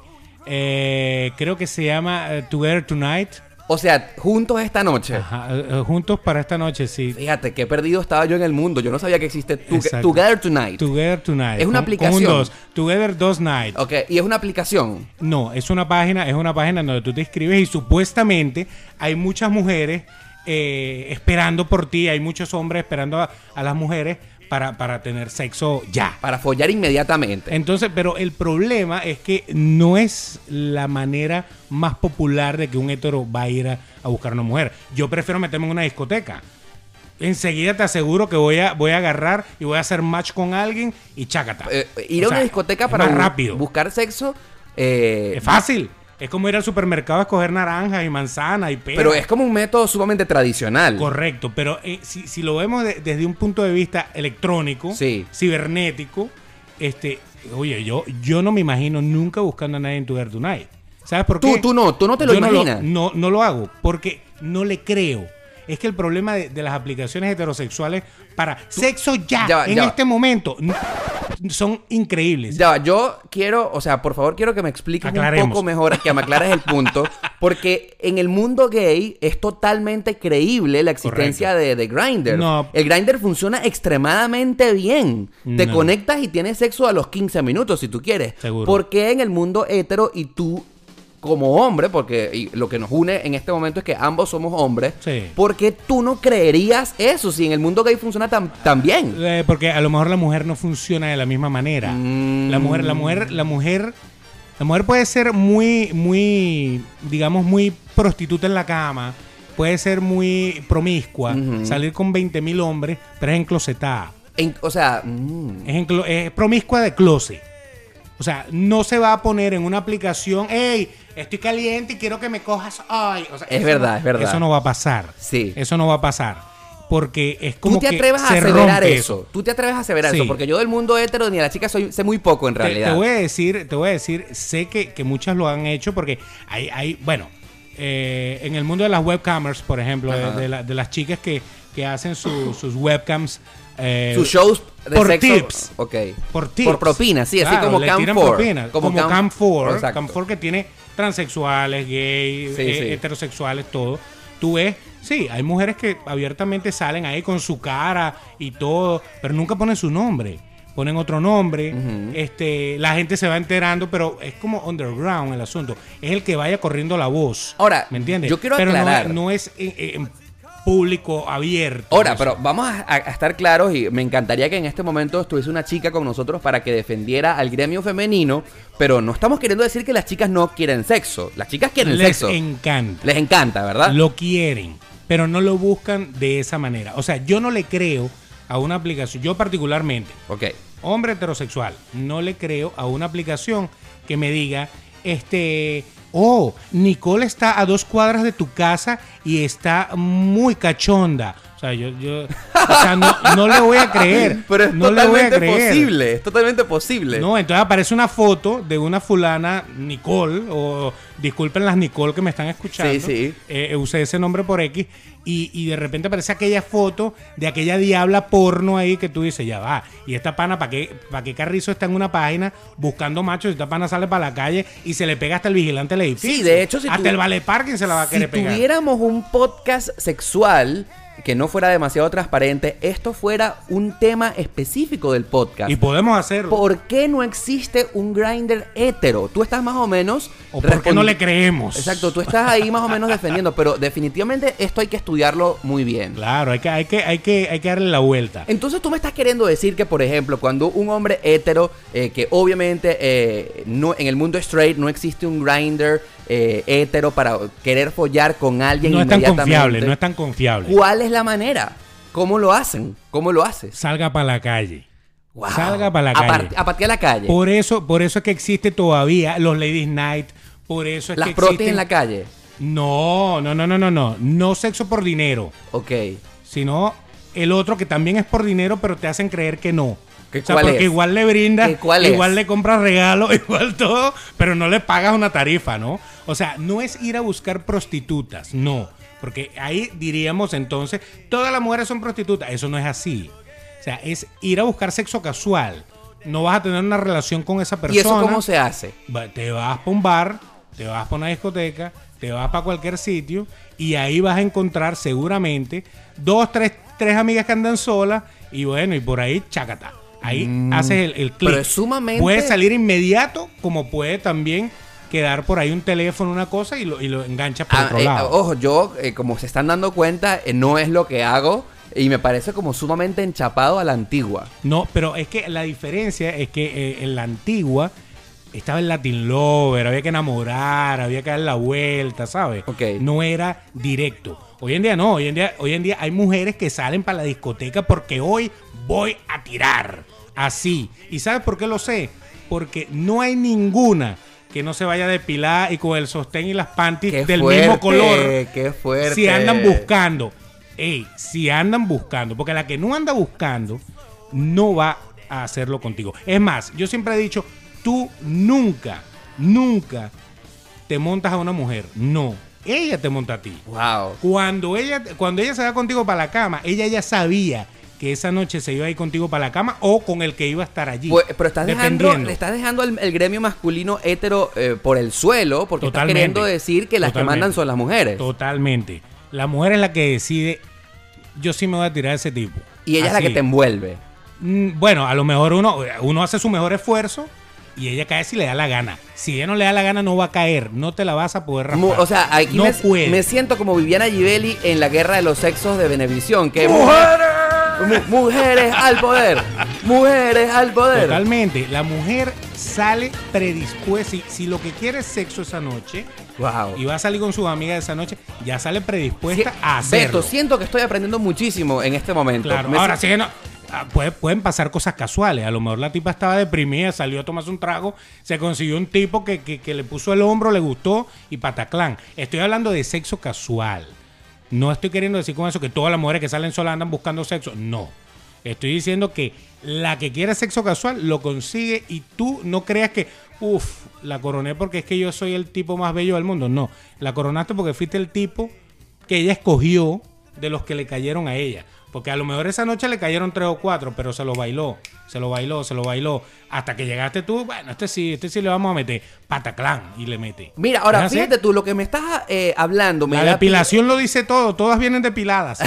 S2: Eh, creo que se llama eh, Together Tonight.
S1: O sea, juntos esta noche.
S2: Ajá, eh, eh, juntos para esta noche, sí.
S1: Fíjate, qué perdido estaba yo en el mundo. Yo no sabía que existe tu-
S2: Exacto.
S1: Together Tonight.
S2: Together Tonight.
S1: Es una
S2: Con- con un
S1: aplicación.
S2: dos. Together Dos Night.
S1: ok, y es una aplicación.
S2: No, es una página, es una página donde tú te inscribes y supuestamente hay muchas mujeres eh, esperando por ti, hay muchos hombres esperando a, a las mujeres para, para tener sexo ya.
S1: para follar inmediatamente.
S2: Entonces, pero el problema es que no es la manera más popular de que un hetero va a ir a, a buscar una mujer. Yo prefiero meterme en una discoteca. Enseguida te aseguro que voy a, voy a agarrar y voy a hacer match con alguien y chácata.
S1: Eh, ir a
S2: O
S1: una
S2: sea,
S1: discoteca
S2: es
S1: para
S2: más
S1: bu-
S2: rápido.
S1: buscar sexo eh,
S2: Es fácil. Es como ir al supermercado a escoger naranjas y manzanas y peras.
S1: pero es como un método sumamente tradicional.
S2: Correcto, pero eh, si, si lo vemos de- desde un punto de vista electrónico,
S1: Sí.
S2: cibernético, este, oye, yo, yo no me imagino nunca buscando a nadie en Together Tonight. ¿Sabes por
S1: Tú-
S2: qué?
S1: tú no, tú no te lo
S2: Yo
S1: imaginas.
S2: No, no lo hago, porque no le creo. Es que el problema de, de las aplicaciones heterosexuales para sexo ya,
S1: Ya va,
S2: en
S1: ya va.
S2: este momento, n- son increíbles.
S1: Ya, va, yo quiero, o sea, por favor quiero que me expliques un
S2: Aclaremos.
S1: poco mejor, que me aclares el punto, porque en el mundo gay es totalmente creíble la existencia de, de Grindr.
S2: No.
S1: El Grindr funciona extremadamente bien. Te
S2: No.
S1: conectas y tienes sexo a los 15 minutos si tú quieres.
S2: Seguro.
S1: ¿Por qué en el mundo hetero y tú como hombre, porque y lo que nos une en este momento es que ambos somos hombres,
S2: Sí.
S1: ¿por qué tú no creerías eso si en el mundo gay funciona tan, tan bien?
S2: Eh, porque a lo mejor la mujer no funciona de la misma manera.
S1: Mm.
S2: La mujer, la mujer, la mujer, la mujer puede ser muy, muy, digamos, muy prostituta en la cama. Puede ser muy promiscua, salir con 20 mil hombres, pero es enclosetada.
S1: En- o sea, mm,
S2: Es, enclo- es promiscua de closet. O sea, no se va a poner en una aplicación, hey, estoy caliente y quiero que me cojas hoy. O sea,
S1: Es
S2: eso
S1: verdad,
S2: no-
S1: es verdad.
S2: Eso no va a pasar.
S1: Sí.
S2: Eso no va a pasar. Porque es como
S1: tú te
S2: que
S1: atreves a
S2: se
S1: aseverar
S2: rompe
S1: eso. Tú te atreves a aseverar
S2: Sí.
S1: eso, porque yo del mundo hetero ni de la chica soy, sé muy poco en
S2: Te-
S1: realidad.
S2: Te, voy a decir, te voy a decir, sé que, que muchas lo han hecho porque hay, hay bueno, eh, en el mundo de las webcamers, por ejemplo, de, de la- de las chicas que, que hacen su- sus webcams. eh,
S1: Sus shows de
S2: por
S1: sexo.
S2: tips.
S1: Ok.
S2: Por tips.
S1: Por propina, sí, así
S2: Claro,
S1: como
S2: le
S1: Cam
S2: tiran
S1: 4.
S2: propina, Como, Cam, 4.
S1: Exacto.
S2: Cam 4 que tiene transexuales, gays,
S1: Sí,
S2: eh,
S1: sí.
S2: heterosexuales, todo. Tú ves, sí, hay mujeres que abiertamente salen ahí con su cara y todo, pero nunca ponen su nombre. Ponen otro nombre, este, la gente se va enterando, pero es como underground el asunto. Es el que vaya corriendo la voz.
S1: Ahora,
S2: ¿me entiendes?
S1: yo quiero
S2: pero no-
S1: aclarar.
S2: No, es en, en público abierto.
S1: Ahora,
S2: eso.
S1: pero vamos a, a- a estar claros y me encantaría que en este momento estuviese una chica con nosotros para que defendiera al gremio femenino, pero no estamos queriendo decir que las chicas no quieren sexo. Las chicas quieren
S2: les
S1: sexo.
S2: encanta.
S1: Les encanta, ¿verdad?
S2: Lo quieren, pero no lo buscan de esa manera. O sea, yo no le creo a una aplicación, yo particularmente,
S1: Ok.
S2: hombre heterosexual, no le creo a una aplicación que me diga, este, oh, Nicole está a dos cuadras de tu casa y está muy cachonda. O sea, yo, yo o sea, no, no le voy a creer.
S1: Pero es
S2: no le voy a
S1: totalmente
S2: creer.
S1: posible, es totalmente posible.
S2: No, entonces aparece una foto de una fulana Nicole, o disculpen las Nicole que me están escuchando.
S1: Sí, sí.
S2: Eh, usé ese nombre por X. Y, y de repente aparece aquella foto de aquella diabla porno ahí que tú dices, ya va. Y esta pana, ¿para qué, pa' qué carrizo está en una página buscando machos? Y esta pana sale para la calle y se le pega hasta el vigilante del edificio.
S1: Sí, de hecho, si
S2: Hasta
S1: tú-
S2: el vale parking se la va a
S1: si
S2: querer pegar.
S1: tuviéramos un podcast sexual que no fuera demasiado transparente, esto fuera un tema específico del podcast.
S2: Y podemos hacerlo.
S1: ¿Por qué no existe un grinder hetero? Tú estás más o menos.
S2: ¿O por qué no
S1: respon-
S2: le creemos?
S1: Exacto, tú estás ahí más o menos defendiendo, pero definitivamente esto hay que estudiarlo muy bien.
S2: Claro, hay que, hay, que, hay, que, hay que darle la vuelta.
S1: Entonces tú me estás queriendo decir que, por ejemplo, cuando un hombre hetero, eh, que obviamente eh, no, en el mundo straight no existe un grinder eh, hetero para querer follar con alguien
S2: No es tan
S1: inmediatamente.
S2: confiable, no es tan confiable.
S1: ¿Cuál es la manera? ¿Cómo lo hacen? ¿Cómo lo haces?
S2: Salga para la calle.
S1: Wow.
S2: Salga para la
S1: A par-
S2: calle.
S1: A patear la calle.
S2: Por eso, por eso es que existe todavía los Ladies Night. Por eso es
S1: Las
S2: que
S1: protes
S2: existen-
S1: en la calle.
S2: No, no, no, no, no, no. No sexo por dinero,
S1: Ok.
S2: sino el otro que también es por dinero, pero te hacen creer que no.
S1: ¿Que
S2: O sea,
S1: cuál
S2: porque
S1: es?
S2: igual le brindas,
S1: ¿Que cuál es?
S2: igual le compras regalo, igual todo, pero no le pagas una tarifa, ¿no? O sea, no es ir a buscar prostitutas, no. Porque ahí diríamos entonces, todas las mujeres son prostitutas. Eso no es así. O sea, es ir a buscar sexo casual. No vas a tener una relación con esa persona.
S1: ¿Y eso cómo se hace?
S2: Va- te vas para un bar, te vas para una discoteca, te vas para cualquier sitio y ahí vas a encontrar seguramente dos, tres, tres amigas que andan solas y bueno, y por ahí chacata. Ahí haces el, el clic.
S1: Mm. pero es sumamente-
S2: Puede salir inmediato como puede también quedar por ahí un teléfono, una cosa y lo, y lo enganchas por
S1: Ah,
S2: otro
S1: eh,
S2: lado.
S1: ojo, yo, eh, como se están dando cuenta, eh, no es lo que hago y me parece como sumamente enchapado a la antigua.
S2: No, pero es que la diferencia es que eh, en la antigua estaba el Latin Lover, había que enamorar, había que dar la vuelta, ¿sabes?
S1: Ok.
S2: No era directo. Hoy en día no, hoy en día, hoy en día hay mujeres que salen para la discoteca porque hoy voy a tirar. Así. ¿Y sabes por qué lo sé? Porque no hay ninguna que no se vaya depilada y con el sostén y las panties
S1: Qué
S2: del
S1: fuerte,
S2: mismo color.
S1: qué fuerte.
S2: Si andan buscando. Ey, si andan buscando. Porque la que no anda buscando no va a hacerlo contigo. Es más, yo siempre he dicho, tú nunca, nunca te montas a una mujer. No. Ella te monta a ti.
S1: Wow.
S2: Cuando ella, cuando ella se va contigo para la cama, ella ya sabía que esa noche se iba a ir contigo para la cama o con el que iba a estar allí.
S1: Pues, pero estás dejando,
S2: Dependiendo.
S1: le estás dejando el, el gremio masculino hétero eh, por el suelo porque
S2: Totalmente.
S1: estás queriendo decir que las que
S2: Totalmente.
S1: mandan son las mujeres.
S2: Totalmente. La mujer es la que decide, yo sí me voy a tirar a ese tipo.
S1: Y ella es la que
S2: Así.
S1: te envuelve.
S2: Mm, Bueno, a lo mejor uno, uno hace su mejor esfuerzo y ella cae si le da la gana. Si ella no le da la gana, no va a caer. No te la vas a poder
S1: Mu-
S2: raspar.
S1: O sea, aquí
S2: no
S1: me,
S2: puede.
S1: me siento como Viviana Givelli en la guerra de los sexos de Benevisión. Que ¡Mujeres! ¡Mujeres al poder! ¡Mujeres al poder!
S2: Totalmente. La mujer sale predispuesta. Si, si lo que quiere es sexo esa noche
S1: Wow.
S2: y va a salir con sus amigas esa noche, ya sale predispuesta
S1: Sie-
S2: a hacerlo.
S1: Beto, siento que estoy aprendiendo muchísimo en este momento.
S2: Claro,
S1: Me
S2: ahora
S1: si-
S2: sí que no. ah, puede- pueden pasar cosas casuales. A lo mejor la tipa estaba deprimida, salió a tomarse un trago, se consiguió un tipo que, que- que le puso el hombro, le gustó y pataclán. Estoy hablando de sexo casual. No estoy queriendo decir con eso que todas las mujeres que salen solas andan buscando sexo. No. Estoy diciendo que la que quiere sexo casual lo consigue y tú no creas que, uff, la coroné porque es que yo soy el tipo más bello del mundo. No, la coronaste porque fuiste el tipo que ella escogió de los que le cayeron a ella. Porque a lo mejor esa noche le cayeron tres o cuatro, pero se lo bailó, se lo bailó, se lo bailó. Hasta que llegaste tú, bueno, este sí, este sí le vamos a meter pataclán y le mete.
S1: Mira, ahora
S2: ¿Es así?
S1: fíjate tú, lo que me estás eh, hablando me
S2: ¿Ah, La
S1: da-
S2: depilación lo dice todo, todas vienen depiladas.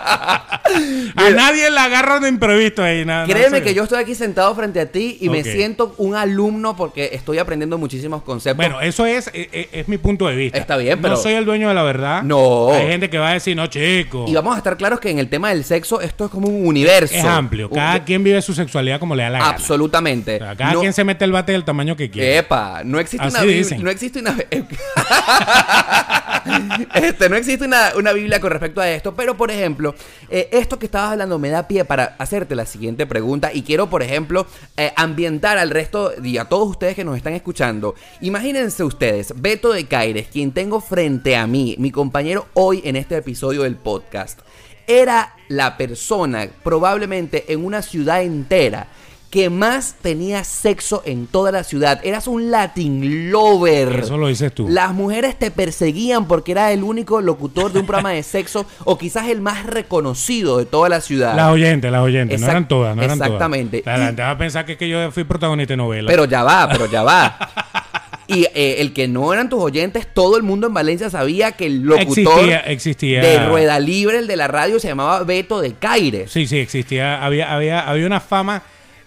S2: a nadie la agarran de imprevisto ahí, nada. nada
S1: Créeme
S2: serio.
S1: que yo estoy aquí sentado frente a ti y me
S2: Ok.
S1: siento un alumno porque estoy aprendiendo muchísimos conceptos.
S2: Bueno, eso es, e- e- es, mi punto de vista.
S1: Está bien, pero-
S2: No soy el dueño de la verdad.
S1: No.
S2: Hay gente que va a decir, no, chico.
S1: y vamos a estar claros que en el tema del sexo esto es como un universo.
S2: Es amplio.
S1: Un-
S2: Cada quien vive su sexualidad como le da la gana.
S1: Absolutamente.
S2: O sea, cada
S1: No-
S2: quien se mete el bate del tamaño que quiere.
S1: Epa, no existe
S2: Así
S1: una Biblia-
S2: dicen.
S1: No existe una. este, no existe una, una Biblia con respecto a esto, pero por ejemplo, eh, esto que estabas hablando me da pie para hacerte la siguiente pregunta y quiero, por ejemplo, eh, ambientar al resto y a todos ustedes que nos están escuchando. Imagínense ustedes, Beto de Caires, quien tengo frente a mí, mi compañero hoy en este episodio del podcast, era la persona probablemente en una ciudad entera que más tenía sexo en toda la ciudad. Eras un Latin lover.
S2: Eso lo dices tú.
S1: Las mujeres te perseguían porque eras el único locutor de un programa de sexo o quizás el más reconocido de toda la ciudad.
S2: Las oyentes, las oyentes. No
S1: Exact-
S2: eran todas, no eran todas.
S1: exactamente.
S2: La gente va a pensar que, es que yo fui protagonista de novela.
S1: Pero ya va, pero ya va. Y eh, el que no eran tus oyentes, todo el mundo en Valencia sabía que el locutor
S2: Existía, existía.
S1: de Rueda Libre, el de la radio, se llamaba Beto de Caires.
S2: Sí, sí, existía. Había, había, había una fama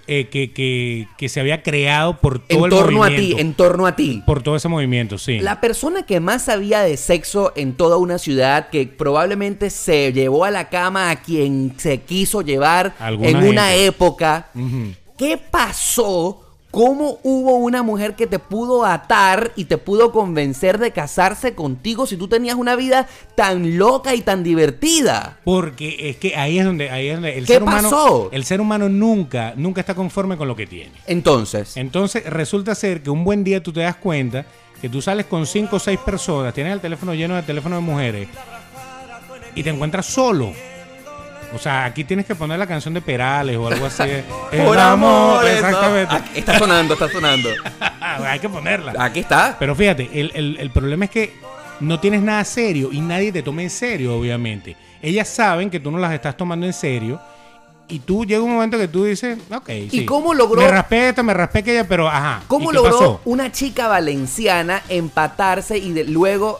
S2: eh, que, que, que se había creado por todo
S1: en
S2: el
S1: torno a ti,
S2: movimiento.
S1: en torno a ti.
S2: Por todo ese movimiento, sí.
S1: La persona que más sabía de sexo en toda una ciudad, que probablemente se llevó a la cama a quien se quiso llevar
S2: Alguna
S1: en una
S2: gente.
S1: época.
S2: Ujú.
S1: ¿Qué pasó? ¿Cómo hubo una mujer que te pudo atar y te pudo convencer de casarse contigo si tú tenías una vida tan loca y tan divertida?
S2: Porque es que ahí es donde, ahí es donde el
S1: ¿Qué
S2: ser humano,
S1: pasó?
S2: el ser humano nunca, nunca está conforme con lo que tiene.
S1: Entonces,
S2: Entonces resulta ser que un buen día tú te das cuenta que tú sales con cinco o seis personas, tienes el teléfono lleno de teléfono de mujeres y te encuentras solo. O sea, aquí tienes que poner la canción de Perales o algo así. El
S1: eso.
S2: exactamente.
S1: Aquí- Está sonando, está sonando.
S2: Hay que ponerla.
S1: Aquí está.
S2: Pero fíjate, el, el- el problema es que no tienes nada serio y nadie te toma en serio, obviamente. Ellas saben que tú no las estás tomando en serio. Y tú llega un momento que tú dices, ok. ¿Y
S1: cómo logró-
S2: Me respeta, me respeta ella, pero ajá. ¿y
S1: ¿Cómo
S2: qué
S1: logró
S2: pasó?
S1: una chica valenciana empatarse y de- luego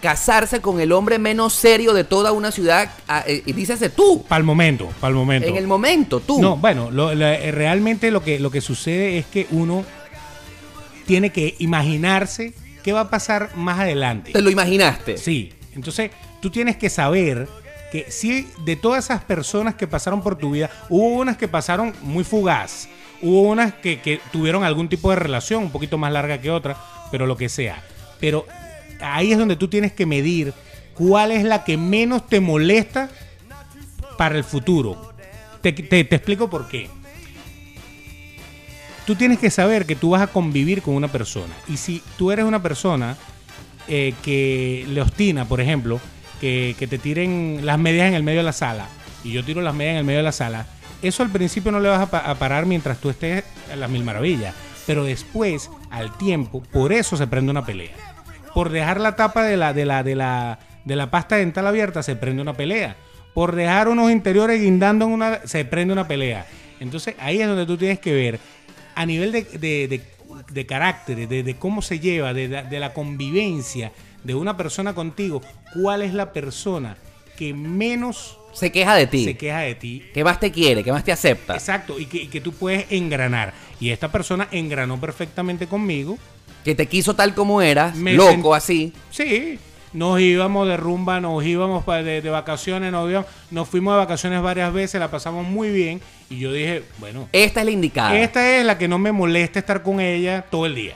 S1: casarse con el hombre menos serio de toda una ciudad? Ah, eh, Y dícese tú,
S2: Para el momento, para el momento.
S1: en el momento, tú.
S2: No, bueno, lo- la- eh, realmente lo que, lo que sucede es que uno tiene que imaginarse qué va a pasar más adelante.
S1: Te lo imaginaste.
S2: Sí, entonces tú tienes que saber que si de todas esas personas que pasaron por tu vida, hubo unas que pasaron muy fugaz, hubo unas que, que tuvieron algún tipo de relación, un poquito más larga que otra, pero lo que sea. Pero ahí es donde tú tienes que medir cuál es la que menos te molesta para el futuro. Te, te- te explico por qué. Tú tienes que saber que tú vas a convivir con una persona. Y si tú eres una persona eh, que le ostina, por ejemplo, que, que te tiren las medias en el medio de la sala, y yo tiro las medias en el medio de la sala, eso al principio no le vas a, pa- a parar mientras tú estés a las mil maravillas. Pero después, al tiempo, por eso se prende una pelea. Por dejar la tapa de la, de la, de la, de la pasta dental abierta, se prende una pelea. Por dejar unos interiores guindando en una, se prende una pelea. Entonces ahí es donde tú tienes que ver a nivel de, de- de- de carácter, de, de cómo se lleva, de, la- de la convivencia de una persona contigo, cuál es la persona que menos
S1: Se queja de ti.
S2: se queja de ti.
S1: ¿Qué más te quiere? ¿Qué más te acepta?
S2: Exacto, y que, y que tú puedes engranar. Y esta persona engranó perfectamente conmigo.
S1: Que te quiso tal como eras,
S2: Me
S1: loco
S2: sen-
S1: así.
S2: Sí, nos íbamos de rumba, nos íbamos pa- de, de vacaciones, nos, íbamos- nos fuimos de vacaciones varias veces, la pasamos muy bien. Y yo dije, bueno,
S1: Esta es la indicada.
S2: esta es la que no me molesta estar con ella todo el día.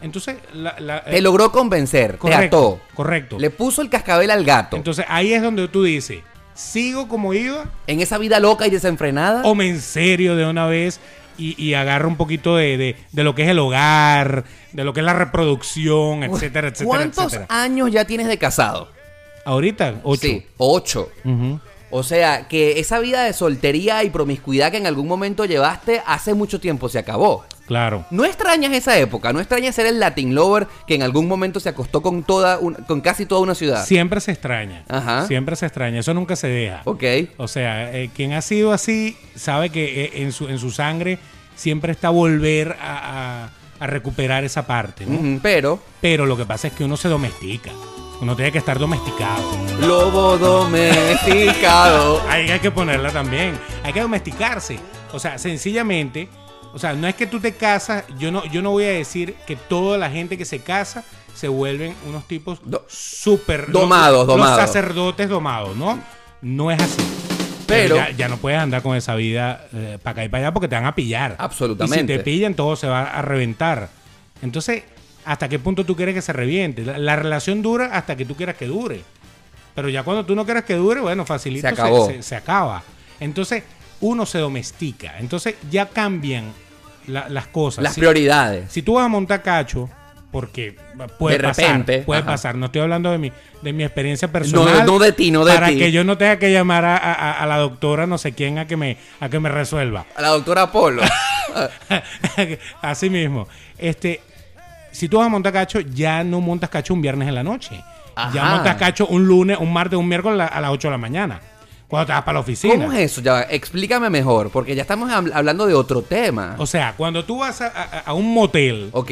S2: Entonces, la, la- eh,
S1: Te logró convencer, te
S2: correcto,
S1: ató.
S2: correcto.
S1: Le puso el cascabel al gato.
S2: Entonces ahí es donde tú dices, sigo como iba
S1: en esa vida loca y desenfrenada.
S2: o me en serio de una vez y, y agarro un poquito de, de- de lo que es el hogar, de lo que es la reproducción, etcétera, etcétera,
S1: ¿Cuántos
S2: etcétera.
S1: años ya tienes de casado?
S2: Ahorita, ocho.
S1: Sí, ocho.
S2: Ujú.
S1: O sea, que esa vida de soltería y promiscuidad que en algún momento llevaste hace mucho tiempo se acabó.
S2: Claro.
S1: No extrañas esa época, no extrañas ser el Latin Lover que en algún momento se acostó con toda un- con casi toda una ciudad.
S2: Siempre se extraña.
S1: Ah. Ajá.
S2: Siempre se extraña. Eso nunca se deja.
S1: Ok.
S2: O sea, eh, quien ha sido así sabe que eh, en, su, en su sangre siempre está volver a, a- a recuperar esa parte, ¿no?
S1: Ujú, Pero
S2: Pero lo que pasa es que uno se domestica. Uno tiene que estar domesticado.
S1: lobo domesticado.
S2: Ahí hay que ponerla también. Hay que domesticarse. O sea, sencillamente, o sea, no es que tú te casas, yo no, yo no voy a decir que toda la gente que se casa se vuelven unos tipos
S1: Do-
S2: súper
S1: domados,
S2: los-
S1: domados.
S2: Los sacerdotes domados, ¿no? No es así.
S1: Pero-
S2: ya, ya no puedes andar con esa vida eh, para acá y para allá porque te van a pillar.
S1: Absolutamente.
S2: Y si te pillan, todo se va a reventar. Entonces, hasta qué punto tú quieres que se reviente. La, la relación dura hasta que tú quieras que dure. Pero ya cuando tú no quieras que dure, bueno, facilito
S1: Se acabó.
S2: se acaba. Entonces, uno se domestica. Entonces, ya cambian la- las cosas.
S1: Las
S2: Sí.
S1: prioridades.
S2: Si tú vas a montar cacho, porque puede
S1: De
S2: pasar,
S1: repente,
S2: puede
S1: ajá.
S2: pasar. No estoy hablando de mi, de mi experiencia personal.
S1: no de ti, no de
S2: Para
S1: ti.
S2: que yo no tenga que llamar a, a- a la doctora no sé quién a que me, a que me resuelva.
S1: A la doctora Polo.
S2: Así mismo. Este, si tú vas a montar cacho, ya no montas cacho un viernes en la noche. Ya
S1: Ajá.
S2: montas cacho un lunes, un martes, un miércoles a la- a las 8 de la mañana. Cuando te vas para la oficina.
S1: ¿Cómo es eso? Ya, va, explícame mejor, porque ya estamos habl- hablando de otro tema.
S2: O sea, cuando tú vas a, a- a un motel,
S1: Ok.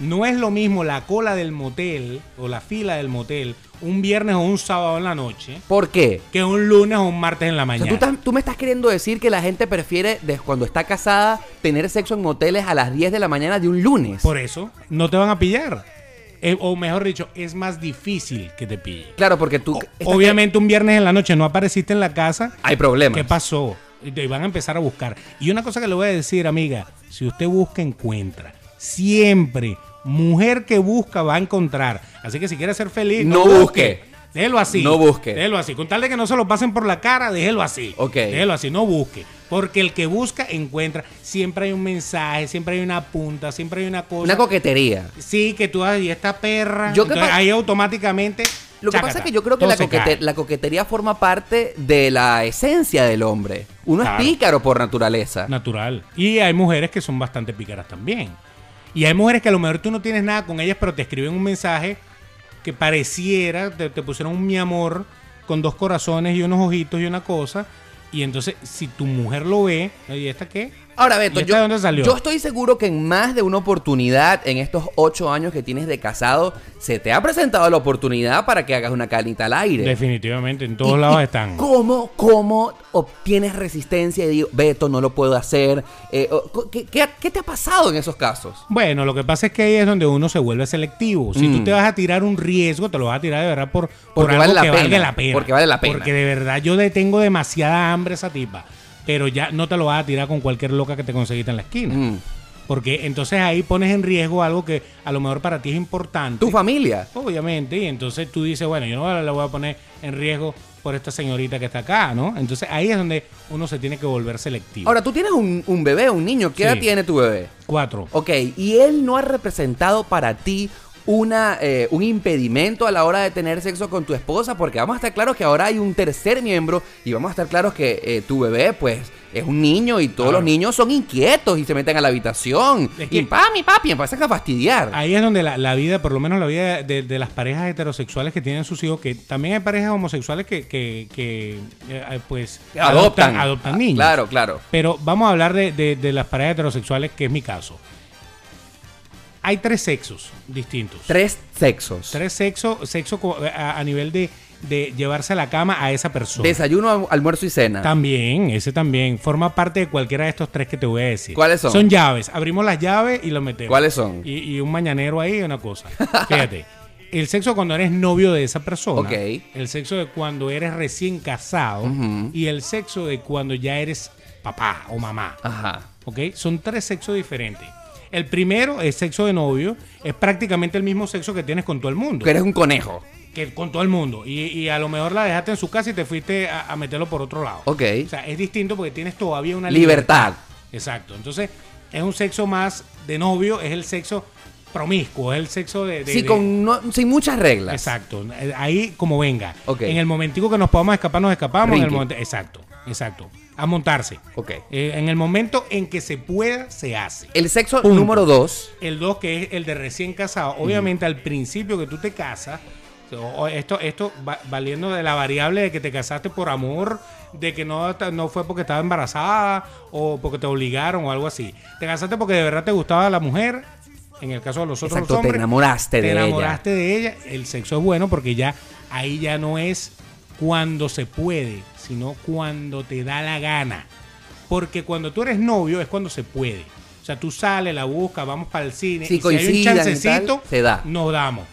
S2: no es lo mismo la cola del motel o la fila del motel un viernes o un sábado en la noche
S1: ¿Por qué?
S2: que un lunes o un martes en la
S1: O sea,
S2: mañana.
S1: ¿tú, estás- tú me estás queriendo decir que la gente prefiere, de- cuando está casada, tener sexo en moteles a las 10 de la mañana de un lunes.
S2: Por eso no te van a pillar. Eh, o mejor dicho, es más difícil que te pille.
S1: Claro, porque tú... estás-
S2: Obviamente un viernes en la noche no apareciste en la casa.
S1: Hay problemas.
S2: ¿Qué pasó? Y te van a empezar a buscar. Y una cosa que le voy a decir, amiga, si usted busca, encuentra. Siempre, mujer que busca va a encontrar. Así que si quiere ser feliz,
S1: No busque.
S2: Déjelo así.
S1: No busque.
S2: Déjelo así. Con tal de que no se lo pasen por la cara, déjelo así.
S1: Ok.
S2: Déjelo así, no busque. Porque el que busca, encuentra. Siempre hay un mensaje, siempre hay una punta, siempre hay una cosa.
S1: Una coquetería.
S2: Sí, que tú ahí esta perra.
S1: Yo que
S2: Entonces,
S1: pa-
S2: ahí automáticamente.
S1: Lo que pasa
S2: chácata,
S1: es que yo creo que
S2: todo
S1: la,
S2: se
S1: coquete-
S2: cae.
S1: la coquetería forma parte de la esencia del hombre. Uno
S2: Claro.
S1: es pícaro por naturaleza.
S2: Natural. Y hay mujeres que son bastante pícaras también. Y hay mujeres que a lo mejor tú no tienes nada con ellas, pero te escriben un mensaje que pareciera, te, te pusieron un mi amor con dos corazones y unos ojitos y una cosa. Y entonces, si tu mujer lo ve, ¿y esta qué?
S1: Ahora, Beto,
S2: ¿Y esta
S1: yo,
S2: de dónde salió?
S1: yo estoy seguro que en más de una oportunidad, en estos ocho años que tienes de casado, se te ha presentado la oportunidad para que hagas una calita al aire.
S2: Definitivamente, en
S1: Y-
S2: todos lados
S1: y
S2: están.
S1: ¿Cómo, cómo obtienes resistencia y digo, Beto, no lo puedo hacer? Eh, o- co- ¿qué, qué, qué te ha pasado en esos casos?
S2: Bueno, lo que pasa es que ahí es donde uno se vuelve selectivo. Si tú te vas a tirar un riesgo, te lo vas a tirar de verdad por, por
S1: Mm. Porque
S2: algo
S1: vale la
S2: que valga
S1: pena,
S2: la pena.
S1: porque vale la pena.
S2: Porque de verdad yo le tengo demasiada hambre a esa tipa. Pero ya no te lo vas a tirar con cualquier loca que te conseguiste en la esquina.
S1: Mm.
S2: Porque entonces ahí pones en riesgo algo que a lo mejor para ti es importante.
S1: ¿Tu familia?
S2: Obviamente, y entonces tú dices, bueno, yo no la voy a poner en riesgo por esta señorita que está acá, ¿no? Entonces ahí es donde uno se tiene que volver selectivo.
S1: Ahora, tú tienes un, un bebé, un niño. ¿Qué edad
S2: Sí.
S1: tiene tu bebé?
S2: Cuatro.
S1: Ok, y él no ha representado para ti una, eh, un impedimento a la hora de tener sexo con tu esposa, porque vamos a estar claros que ahora hay un tercer miembro y vamos a estar claros que eh, tu bebé, pues, es un niño y todos
S2: Claro.
S1: los niños son inquietos y se meten a la habitación.
S2: Es que-
S1: Y papi, papi, empiezan a fastidiar.
S2: Ahí es donde la, la vida, por lo menos la vida de, de las parejas heterosexuales que tienen sus hijos, que también hay parejas homosexuales que, que, que, eh, pues
S1: adoptan.
S2: adoptan
S1: Ah,
S2: niños.
S1: Claro, claro.
S2: Pero vamos a hablar de, de- de las parejas heterosexuales, que es mi caso. Hay tres sexos distintos.
S1: Tres sexos.
S2: Tres sexos, sexo co- a, a nivel de, de llevarse a la cama a esa persona.
S1: Desayuno, alm- almuerzo y cena.
S2: También, ese también. Forma parte de cualquiera de estos tres que te voy a decir.
S1: ¿Cuáles son?
S2: Son llaves. Abrimos las llaves y los metemos.
S1: ¿Cuáles son?
S2: Y, y un mañanero ahí y una cosa. Fíjate. El sexo cuando eres novio de esa persona.
S1: Ok.
S2: El sexo de cuando eres recién casado.
S1: Ujú.
S2: Y el sexo de cuando ya eres papá o mamá.
S1: Ajá.
S2: ¿ok? Son tres sexos diferentes. El primero es sexo de novio. Es prácticamente el mismo sexo que tienes con todo el mundo
S1: Que eres un conejo.
S2: que con todo el mundo. Y, y a lo mejor la dejaste en su casa y te fuiste a, a meterlo por otro lado.
S1: Ok.
S2: O sea, es distinto porque tienes todavía una
S1: Libertad.
S2: Exacto. Entonces, es un sexo más de novio, es el sexo promiscuo, es el sexo de. de-
S1: Sí,
S2: de-
S1: con no- sin muchas reglas.
S2: Exacto. Eh, Ahí como venga.
S1: Ok.
S2: En el momentico que nos podamos escapar, nos escapamos. En el
S1: Rinky.
S2: momento- exacto, exacto. A montarse.
S1: Ok.
S2: Eh, en el momento en que se pueda, se hace.
S1: El sexo
S2: Punto.
S1: número dos.
S2: El 2, que es el de recién casado. Obviamente, al principio que tú te casas, o- o esto, esto va- valiendo de la variable de que te casaste por amor, de que no, ta- no fue porque estaba embarazada o porque te obligaron o algo así. Te casaste porque de verdad te gustaba la mujer. En el caso de los otros
S1: Exacto, te
S2: hombres,
S1: enamoraste de
S2: te
S1: ella.
S2: enamoraste de ella. El sexo es bueno porque ya ahí ya no es cuando se puede, sino cuando te da la gana. Porque cuando tú eres novio es cuando se puede. O sea, tú sales, la buscas, vamos para el cine.
S1: Si
S2: y si hay un
S1: coincidan y tal,
S2: chancecito,
S1: se da.
S2: nos damos.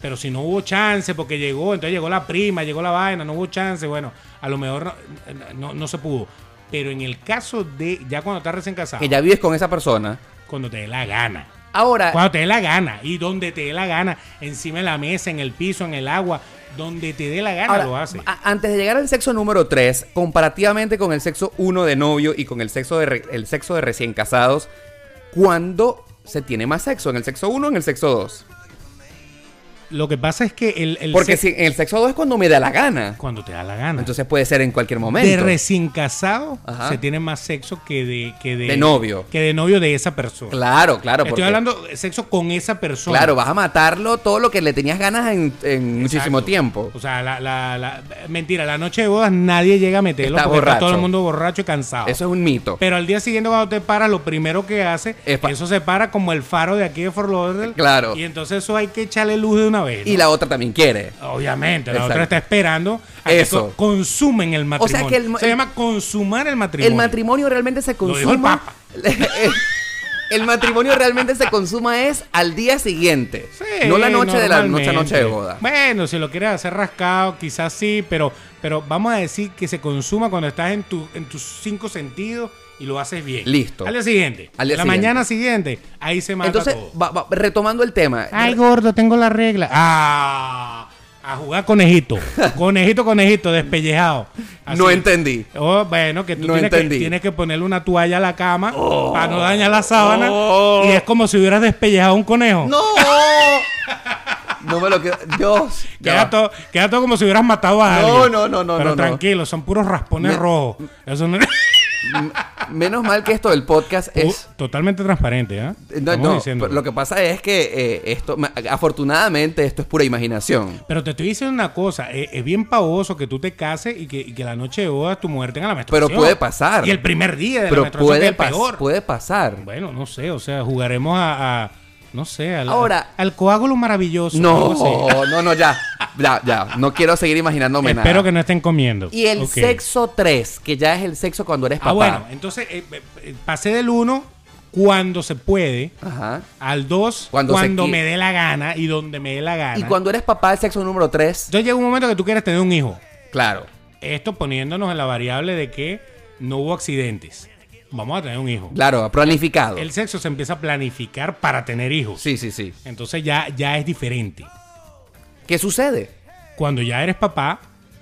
S2: Pero si no hubo chance porque llegó, entonces llegó la prima, llegó la vaina, no hubo chance, bueno, a lo mejor no, no- no se pudo. Pero en el caso de ya cuando estás recién casado,
S1: que ya vives con esa persona.
S2: cuando te dé la gana.
S1: Ahora,
S2: Cuando te dé la gana y donde te dé la gana, encima de la mesa, en el piso, en el agua, donde te dé la gana
S1: ahora, ah,
S2: lo hace.
S1: a- antes de llegar al sexo número 3, comparativamente con el sexo 1 de novio y con el sexo de, re- el sexo de recién casados, ¿cuándo se tiene más sexo? ¿En el sexo 1 o en el sexo 2?
S2: Lo que pasa es que el, el
S1: Porque
S2: sex-
S1: si en el sexo 2 es cuando me da la gana.
S2: cuando te da la gana.
S1: Entonces puede ser en cualquier momento.
S2: de recién casado
S1: Ajá.
S2: se tiene más sexo que de, que de
S1: De novio.
S2: Que de novio de esa persona.
S1: Claro, claro.
S2: Estoy
S1: porque-
S2: hablando de sexo con esa persona.
S1: Claro, vas a matarlo todo lo que le tenías ganas en, en muchísimo
S2: Exacto.
S1: tiempo.
S2: O sea, la, la- la- mentira, la noche de bodas nadie llega a meterlo
S1: Está
S2: porque está
S1: borracho.
S2: todo el mundo borracho y cansado.
S1: Eso es un mito.
S2: Pero al día siguiente cuando te paras, lo primero que hace,
S1: Es pa-
S2: eso se para como el faro de aquí de Fort Lauderdale.
S1: Claro.
S2: Y entonces eso hay que echarle luz de una vez. ¿no?
S1: Y la otra también quiere.
S2: Obviamente, la
S1: Exacto.
S2: otra está esperando a
S1: Eso.
S2: que co- consumen el
S1: O
S2: matrimonio.
S1: sea que el ma-
S2: se llama consumar el matrimonio.
S1: El matrimonio realmente se
S2: Lo dijo
S1: consuma.
S2: el Papa.
S1: el, matrimonio realmente se consuma es al día siguiente.
S2: Sí,
S1: no la noche de la noche,
S2: normalmente.
S1: noche de boda.
S2: Bueno, si lo quieres hacer rascado, quizás sí, pero, pero vamos a decir que se consuma cuando estás en, tu, en tus cinco sentidos y lo haces bien.
S1: Listo.
S2: Al día siguiente.
S1: Al día
S2: la
S1: siguiente.
S2: mañana siguiente. Ahí se mata
S1: Entonces,
S2: todo.
S1: va- va- retomando el tema.
S2: Ay, gordo, tengo la regla. Ah, a jugar conejito. conejito, conejito, despellejado. Así.
S1: no entendí.
S2: Oh, bueno, que tú
S1: No
S2: tienes, que,
S1: entendí.
S2: tienes que ponerle una toalla a la cama para no dañar la sábana.
S1: Oh.
S2: Y es como si hubieras despellejado a un conejo.
S1: No. no me lo quedo. Dios. ya
S2: Queda
S1: va.
S2: todo, queda todo como si hubieras matado a
S1: No,
S2: alguien.
S1: no, no, no,
S2: Pero
S1: no, no.
S2: tranquilo, son puros raspones
S1: Me-
S2: rojos. Eso no
S1: Menos mal que esto del podcast es.
S2: Uh, totalmente transparente, ¿eh?
S1: No,
S2: Estamos
S1: no,
S2: diciendo.
S1: pero lo que pasa es que eh, esto, ma- afortunadamente, esto es pura imaginación.
S2: Pero te estoy diciendo una cosa, eh, es, bien pavoso que tú te cases y que, y que la noche de bodas tu mujer tenga la menstruación.
S1: puede pasar.
S2: Y el primer día de la
S1: Pero
S2: menstruación que es
S1: puede,
S2: el
S1: pas-
S2: peor.
S1: puede pasar.
S2: Bueno, no sé, o sea, jugaremos a, a- no sé, al,
S1: Ahora-
S2: al coágulo maravilloso. algo así.
S1: No, no, no, ya. Ya, ya. No quiero seguir imaginándome
S2: Espero
S1: nada.
S2: que no estén comiendo.
S1: Y el
S2: Ok.
S1: sexo 3, que ya es el sexo cuando eres papá.
S2: Ah, bueno, entonces eh, eh, eh, pasé del 1 cuando se puede.
S1: Ajá.
S2: Al 2,
S1: Cuando
S2: cuando,
S1: se qui-
S2: me dé la gana y donde me dé la gana.
S1: Y cuando eres papá, el sexo número 3,
S2: Entonces llega un momento que tú quieres tener un hijo.
S1: claro.
S2: Esto poniéndonos en la variable de que no hubo accidentes. Vamos a tener un hijo.
S1: Claro, planificado.
S2: El sexo se empieza a planificar para tener hijos.
S1: Sí, sí, sí.
S2: Entonces ya, ya es diferente.
S1: ¿Qué sucede?
S2: Cuando ya eres papá,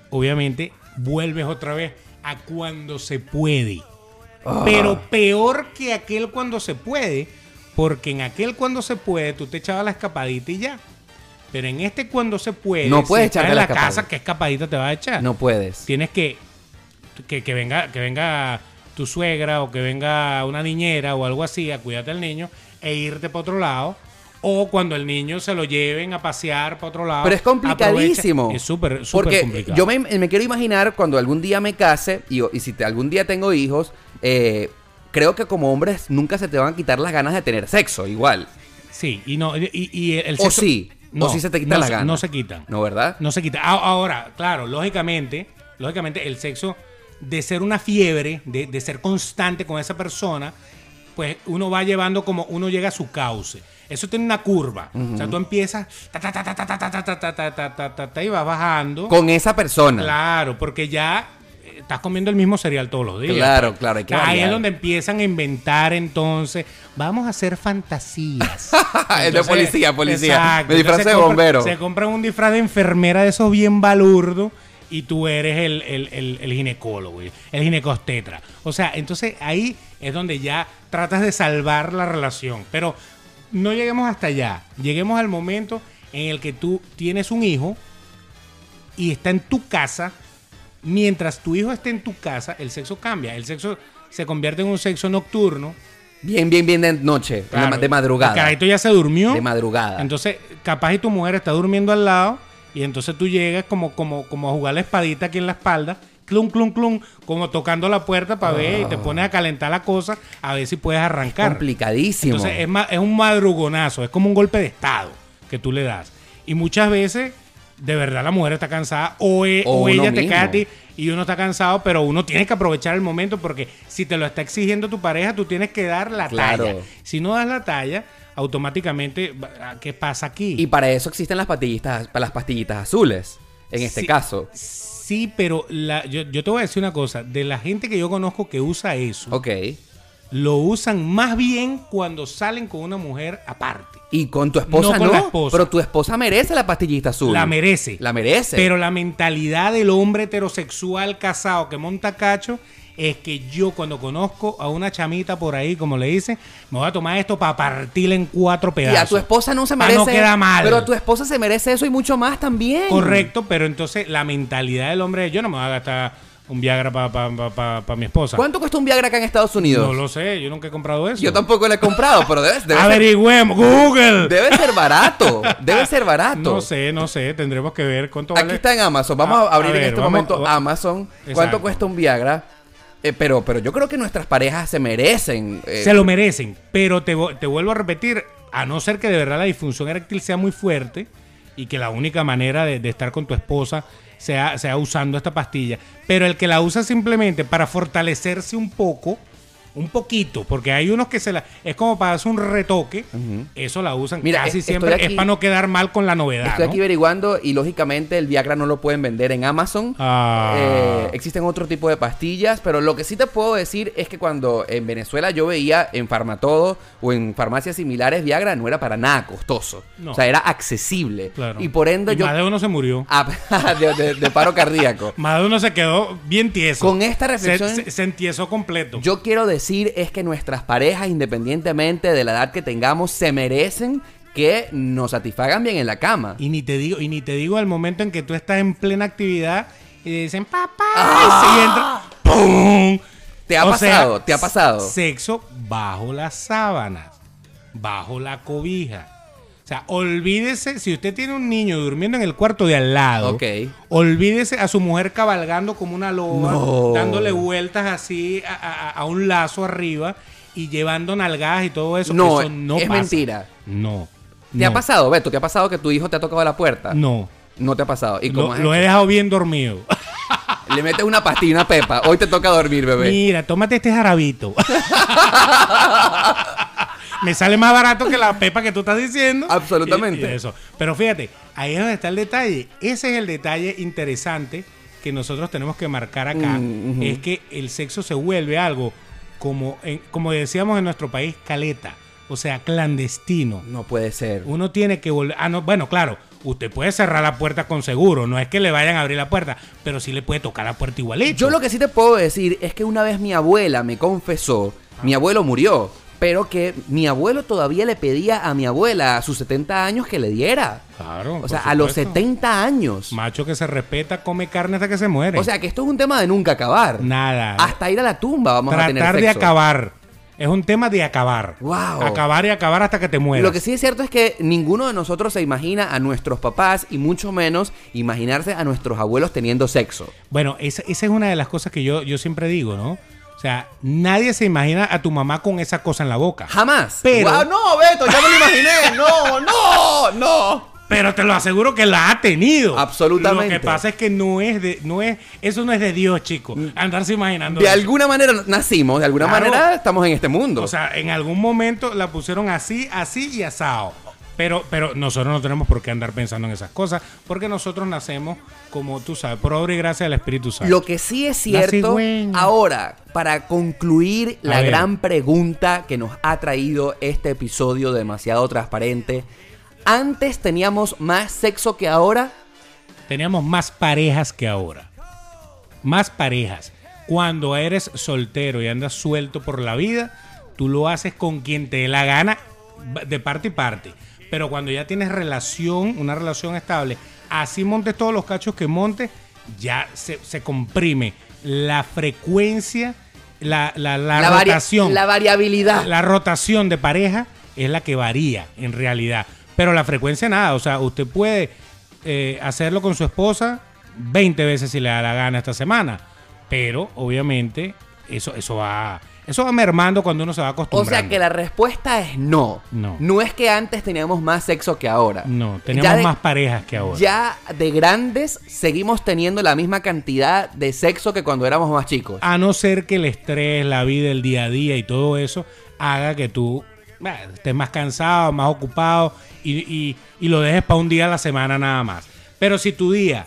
S2: obviamente vuelves otra vez a cuando se puede.
S1: Ah.
S2: Pero peor que aquel cuando se puede, porque en aquel cuando se puede tú te echabas la escapadita y ya. Pero en este cuando se puede,
S1: No
S2: si
S1: puedes
S2: estás
S1: echarte
S2: en
S1: la
S2: la
S1: escapadita.
S2: casa, ¿qué escapadita te vas a echar?
S1: No puedes.
S2: Tienes que que, que venga que venga tu suegra o que venga una niñera o algo así a cuidarte al niño e irte para otro lado. O cuando el niño se lo lleven a pasear para otro lado.
S1: Pero es complicadísimo.
S2: aprovecha. Es súper, súper
S1: Porque
S2: complicado.
S1: yo me, me quiero imaginar cuando algún día me case y, y si te- algún día tengo hijos, eh, creo que como hombres nunca se te van a quitar las ganas de tener sexo, igual.
S2: Sí, y no, y, y el
S1: O sí, o sí se te quitan
S2: no
S1: las
S2: se-
S1: ganas.
S2: No se quitan.
S1: ¿No, verdad?
S2: No se quita. A- Ahora, claro, lógicamente, lógicamente el sexo de ser una fiebre, de, de ser constante con esa persona, pues uno va llevando como uno llega a su cauce. Eso tiene una curva. O sea, tú empiezas ta, ta, ta, ta, ta, ta, ta, ta, ta, ta, ta, ta, ta, ta, y vas bajando.
S1: Con esa persona.
S2: Claro, porque ya eh, estás comiendo el mismo cereal todos los días.
S1: Claro, claro, hay que
S2: Ahí
S1: variar.
S2: es donde empiezan a inventar entonces, vamos a hacer fantasías.
S1: el de
S2: Entonces,
S1: policía, policía.
S2: exacto.
S1: Me disfrazé
S2: Entonces
S1: de
S2: compra-
S1: bombero.
S2: Se compran un disfraz de enfermera de esos bien balurdo y tú eres el, el- el- el ginecólogo, el el ginecostetra. O sea, entonces ahí es donde ya tratas de salvar la relación. Pero no lleguemos hasta allá. Lleguemos al momento en el que tú tienes un hijo y está en tu casa. Mientras tu hijo esté en tu casa, el sexo cambia. El sexo se convierte en un sexo nocturno.
S1: Bien, bien, bien de noche, en la ma-
S2: Claro,
S1: de madrugada.
S2: El carajito ya se durmió.
S1: De madrugada.
S2: Entonces, capaz y tu mujer está durmiendo al lado y entonces tú llegas como, como, como a jugar la espadita aquí en la espalda, clum, clum, clum, como tocando la puerta para ver y te pones a calentar la cosa a ver si puedes arrancar.
S1: Complicadísimo.
S2: Entonces, es, ma- es un madrugonazo, es como un golpe de estado que tú le das. Y muchas veces, de verdad, la mujer está cansada o, e-
S1: O
S2: o
S1: uno
S2: ella te
S1: mismo.
S2: cae a ti y uno está cansado, pero uno tiene que aprovechar el momento porque si te lo está exigiendo tu pareja, tú tienes que dar la
S1: Claro.
S2: talla. Si no das la talla, automáticamente, va- ah, ¿qué pasa aquí?
S1: Y para eso existen las pastillitas, para las pastillitas azules, en este
S2: Sí.
S1: caso.
S2: Sí, pero la- yo, yo te voy a decir una cosa. De la gente que yo conozco que usa eso,
S1: Ok.
S2: lo usan más bien cuando salen con una mujer aparte.
S1: Y con tu esposa
S2: No
S1: no,
S2: con la esposa.
S1: pero tu esposa merece la pastillita azul.
S2: La merece.
S1: La merece.
S2: Pero la mentalidad del hombre heterosexual casado que monta cacho es que yo cuando conozco a una chamita por ahí, como le dicen, me voy a tomar esto para partirla en cuatro
S1: y
S2: pedazos.
S1: a tu esposa no se
S2: Pa'
S1: merece.
S2: Ah, no queda mal.
S1: Pero a tu esposa se merece eso y mucho más también.
S2: Correcto, pero entonces la mentalidad del hombre es yo no me voy a gastar un Viagra para mi esposa.
S1: ¿Cuánto cuesta un Viagra acá en Estados Unidos?
S2: No lo sé, yo nunca he comprado eso.
S1: Yo tampoco lo he comprado, pero debe, debe ser,
S2: Averigüemos, Google.
S1: debe ser barato. Debe ser barato.
S2: No sé, no sé, tendremos que ver cuánto
S1: Aquí
S2: vale.
S1: está en Amazon. Vamos
S2: Ah,
S1: a abrir
S2: a ver,
S1: en este
S2: vamos-
S1: momento
S2: va-
S1: Amazon. ¿Cuánto
S2: Exacto.
S1: cuesta un Viagra? Eh, pero, pero yo creo que nuestras parejas se merecen. eh,
S2: Se lo merecen, pero te, vo- te vuelvo a repetir, a no ser que de verdad la disfunción eréctil sea muy fuerte y que la única manera de, de estar con tu esposa sea, sea usando esta pastilla, pero el que la usa simplemente para fortalecerse un poco, un poquito, porque hay unos que se la... Es como para hacer un retoque, eso la usan
S1: Mira,
S2: casi
S1: es-
S2: siempre,
S1: estoy aquí-
S2: es para no quedar mal con la novedad.
S1: Estoy
S2: Ah, ¿no?
S1: aquí averiguando y lógicamente el Viagra no lo pueden vender en Amazon.
S2: Ah.
S1: Eh, existen otro tipo de pastillas, pero lo que sí te puedo decir es que cuando en Venezuela yo veía en Farmatodo o en farmacias similares Viagra no era para nada costoso.
S2: No.
S1: O sea, era accesible.
S2: Claro.
S1: Y por ende
S2: Y
S1: yo...
S2: Más de uno se murió.
S1: Ah, de, de- de paro cardíaco.
S2: Más de uno se quedó bien tieso.
S1: Con esta
S2: Se-
S1: reflexión...
S2: se, se entiesó completo.
S1: Yo quiero decir es que nuestras parejas, independientemente de la edad que tengamos, se merecen que nos satisfagan bien en la cama.
S2: Y ni te digo, y ni te digo el momento en que tú estás en plena actividad y dicen papá y se entra. ¡Pum!
S1: Ah. ¿Te ha pasado? ¿Te ha pasado?
S2: Sexo bajo la sábana, bajo la cobija. O sea, olvídese, si usted tiene un niño durmiendo en el cuarto de al lado,
S1: Ok.
S2: olvídese a su mujer cabalgando como una loba,
S1: No.
S2: dándole vueltas así a, a- a un lazo arriba y llevando nalgadas y todo eso.
S1: No,
S2: eso
S1: es
S2: pasa.
S1: mentira.
S2: No.
S1: ¿Te
S2: no,
S1: ha pasado, Beto? ¿Te ha pasado que tu hijo te ha tocado la puerta?
S2: No.
S1: No te ha pasado. ¿Y cómo
S2: Lo,
S1: has
S2: lo he
S1: hecho?
S2: dejado bien dormido.
S1: Le metes una pastilla, una pepa. Hoy te toca dormir, bebé.
S2: Mira, tómate este jarabito. Me sale más barato que la pepa que tú estás diciendo.
S1: Absolutamente.
S2: Y- y eso. Pero fíjate, ahí es donde está el detalle. Ese es el detalle interesante que nosotros tenemos que marcar acá.
S1: Mm, ujú.
S2: Es que el sexo se vuelve algo, como, en- como decíamos en nuestro país, caleta. O sea, clandestino.
S1: No puede ser.
S2: Uno tiene que volver. Ah, no, bueno, claro, usted puede cerrar la puerta con seguro. No es que le vayan a abrir la puerta, pero sí le puede tocar la puerta igualito.
S1: Yo lo que sí te puedo decir es que una vez mi abuela me confesó, mi abuelo murió, pero que mi abuelo todavía le pedía a mi abuela a sus 70 años que le diera.
S2: Claro.
S1: O
S2: Ah, por
S1: sea, a los
S2: supuesto.
S1: 70 años.
S2: Macho que se respeta, come carne hasta que se muere.
S1: O sea, que esto es un tema de nunca acabar.
S2: nada.
S1: Hasta ir a la tumba vamos a tener
S2: Tratar de
S1: sexo.
S2: acabar. Es un tema de acabar.
S1: Wow.
S2: Acabar y acabar hasta que te mueras.
S1: Lo que sí es cierto es que ninguno de nosotros se imagina a nuestros papás y mucho menos imaginarse a nuestros abuelos teniendo sexo.
S2: Bueno, esa, esa es una de las cosas que yo, yo siempre digo, ¿no? O sea, nadie se imagina a tu mamá con esa cosa en la boca.
S1: Jamás.
S2: Pero-
S1: Guau, no, Beto, ya me lo imaginé. No, no, no.
S2: Pero te lo aseguro que la ha tenido.
S1: Absolutamente.
S2: Lo que pasa es que no es de, no es, eso no es de Dios, chico. Andarse imaginando.
S1: Mm. De
S2: eso.
S1: alguna manera nacimos, de alguna
S2: Claro.
S1: manera estamos en este mundo.
S2: O sea, en algún momento la pusieron así, así y asado. Pero, pero nosotros no tenemos por qué andar pensando en esas cosas, porque nosotros nacemos, como tú sabes, por obra y gracia del Espíritu Santo.
S1: Lo que sí es cierto,
S2: cigüeña.
S1: ahora, para concluir
S2: A
S1: la
S2: ver.
S1: gran pregunta que nos ha traído este episodio de demasiado transparente, ¿antes teníamos más sexo que ahora?
S2: Teníamos más parejas que ahora. Más parejas. Cuando eres soltero y andas suelto por la vida, tú lo haces con quien te dé la gana ba- de parte y parte. Pero cuando ya tienes relación, una relación estable, así montes todos los cachos que montes, ya se, se comprime la frecuencia, la, la, la
S1: vari-
S2: rotación.
S1: la variabilidad.
S2: La rotación de pareja es la que varía en realidad. Pero la frecuencia nada. O sea, usted puede eh, hacerlo con su esposa 20 veces si le da la gana esta semana. Pero obviamente eso, eso, va, eso va mermando cuando uno se va
S1: o
S2: acostumbrando.
S1: sea que la respuesta es no.
S2: No.
S1: es que antes teníamos más sexo que ahora.
S2: No,
S1: Ya
S2: tenemos
S1: de-
S2: más parejas que ahora.
S1: Ya de grandes seguimos teniendo la misma cantidad de sexo que cuando éramos más chicos.
S2: A no ser que el estrés, la vida, el día a día y todo eso haga que tú bah, estés más cansado, más ocupado y, y- y lo dejes para un día a la semana nada más. Pero si tu día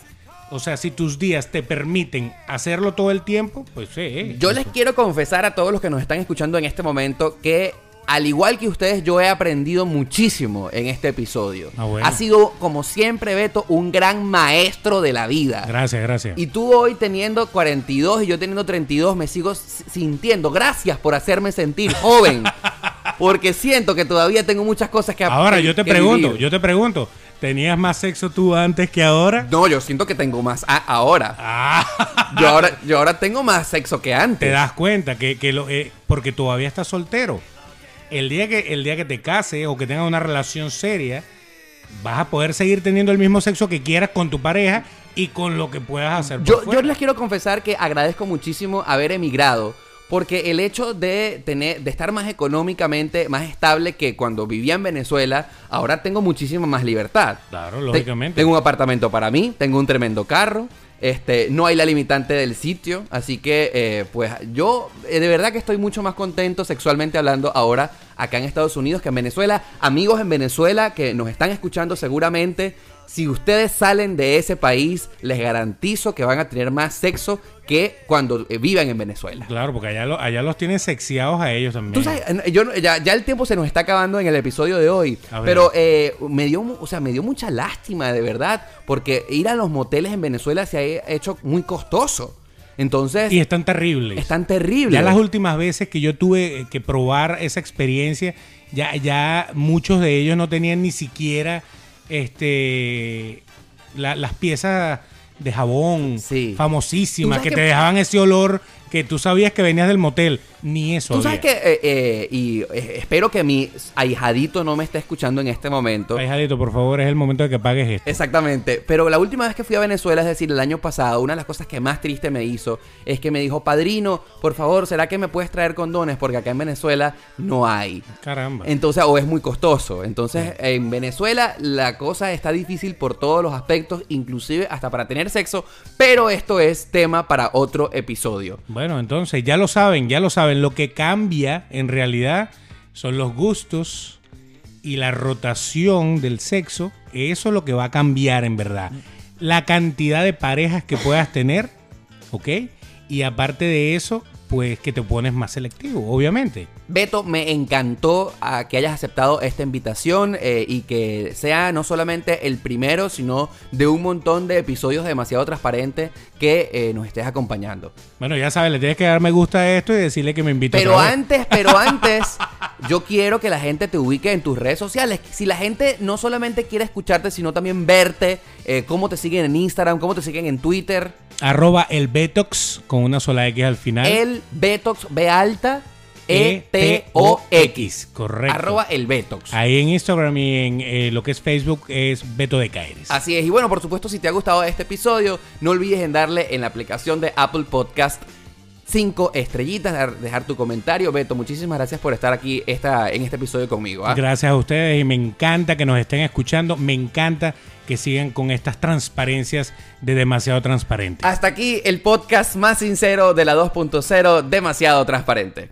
S2: O sea, si tus días te permiten hacerlo todo el tiempo, pues sí.
S1: Yo les quiero confesar a todos los que nos están escuchando en este momento que, al igual que ustedes, yo he aprendido muchísimo en este episodio.
S2: Ah, bueno.
S1: Ha sido, como siempre, Beto, un gran maestro de la vida.
S2: Gracias, gracias.
S1: Y tú hoy teniendo 42 y yo teniendo 32 me sigo s- sintiendo. Gracias por hacerme sentir joven. Porque siento que todavía tengo muchas cosas que ap-
S2: ahora
S1: que-
S2: yo te
S1: que
S2: pregunto,
S1: vivir.
S2: yo te pregunto, ¿tenías más sexo tú antes que ahora?
S1: No, yo siento que tengo más a- ahora.
S2: Ah,
S1: Yo ahora. Yo ahora tengo más sexo que antes.
S2: te das cuenta que, que lo, eh, porque todavía estás soltero. El día que el día que te cases o que tengas una relación seria, vas a poder seguir teniendo el mismo sexo que quieras con tu pareja y con lo que puedas hacer. por
S1: Yo, yo
S2: fuera.
S1: les quiero confesar que agradezco muchísimo haber emigrado. Porque el hecho de tener, de estar más económicamente, más estable que cuando vivía en Venezuela, ahora tengo muchísima más libertad.
S2: Claro,
S1: Te-
S2: lógicamente.
S1: Tengo un apartamento para mí, tengo un tremendo carro. Este, no hay la limitante del sitio. Así que, eh, pues, yo eh, de verdad que estoy mucho más contento sexualmente hablando ahora acá en Estados Unidos que en Venezuela. Amigos en Venezuela que nos están escuchando seguramente. Si ustedes salen de ese país, les garantizo que van a tener más sexo que cuando eh, vivan en Venezuela.
S2: Claro, porque allá, lo- allá los tienen sexiados a ellos también.
S1: Tú sabes, eh, yo, no- ya, ya el tiempo se nos está acabando en el episodio de hoy,
S2: A ver.
S1: pero eh, me dio, mu- o sea, me dio mucha lástima de verdad, porque ir a los moteles en Venezuela se ha hecho muy costoso, entonces
S2: y están terribles.
S1: es tan terrible.
S2: Ya las últimas veces que yo tuve eh, que probar esa experiencia, ya, ya muchos de ellos no tenían ni siquiera este la- las piezas de jabón
S1: Sí.
S2: famosísimas
S1: Tú sabes
S2: que,
S1: que-
S2: te dejaban ese olor que tú sabías que venías del motel. Ni eso.
S1: Tú sabes
S2: había.
S1: que, eh, eh, y eh, espero que mi ahijadito no me esté escuchando en este momento.
S2: Ay, Jadito, por favor, es el momento de que pagues esto.
S1: Exactamente, pero la última vez que fui a Venezuela, es decir, el año pasado, una de las cosas que más triste me hizo es que me dijo, padrino, por favor, ¿será que me puedes traer condones? Porque acá en Venezuela no hay.
S2: Caramba.
S1: Entonces, o es muy costoso. Entonces, en Venezuela la cosa está difícil por todos los aspectos, inclusive hasta para tener sexo, pero esto es tema para otro episodio.
S2: Bueno, entonces ya lo saben, ya lo saben. Lo que cambia en realidad son los gustos y la rotación del sexo. Eso es lo que va a cambiar en verdad. La cantidad de parejas que puedas tener, ¿ok? Y aparte de eso, pues que te pones más selectivo, obviamente.
S1: Beto, me encantó ah, que hayas aceptado esta invitación eh, y que sea no solamente el primero, sino de un montón de episodios de demasiado transparente que eh, nos estés acompañando.
S2: Bueno, ya sabes, le tienes que dar me gusta a esto y decirle que me invitó.
S1: Pero antes, pero antes, yo quiero que la gente te ubique en tus redes sociales. Si la gente no solamente quiere escucharte, sino también verte, eh, cómo te siguen en Instagram, cómo te siguen en Twitter.
S2: Arroba el Betox con una sola X al final.
S1: El Betox B alta ¿Eh? E T O
S2: E
S1: X.
S2: Correcto.
S1: Arroba el Betox.
S2: Ahí en Instagram y en eh, lo que es Facebook es Beto de Caeres.
S1: Así es, y bueno, por supuesto, si te ha gustado este episodio, no olvides en darle en la aplicación de Apple Podcast 5 estrellitas, dar- dejar tu comentario. Beto, muchísimas gracias por estar aquí esta, en este episodio conmigo. ¿ah?
S2: Gracias a ustedes y me encanta que nos estén escuchando. Me encanta que sigan con estas transparencias de demasiado transparente.
S1: Hasta aquí el podcast más sincero de la 2.0, demasiado transparente.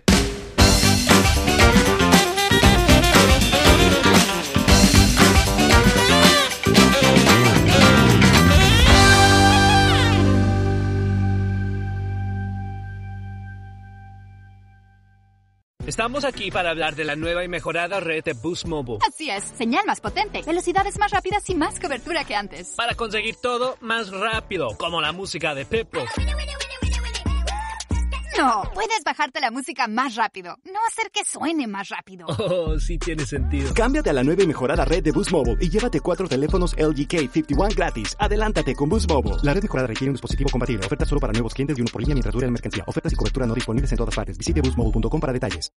S4: Estamos aquí para hablar de la nueva y mejorada red de Boost Mobile.
S5: Así es, señal más potente, velocidades más rápidas y más cobertura que antes.
S4: Para conseguir todo más rápido, como la música de Pepo.
S5: No, puedes bajarte la música más rápido, no hacer que suene más rápido.
S4: Oh, sí tiene sentido.
S6: Cámbiate a la nueva y mejorada red de Boost Mobile y llévate cuatro teléfonos LG K51 gratis. Adelántate con Boost Mobile. La red mejorada requiere un dispositivo compatible. Oferta solo para nuevos clientes y uno por línea mientras dura el mercancía. Ofertas y cobertura no disponibles en todas partes. Visite boostmobile.com para detalles.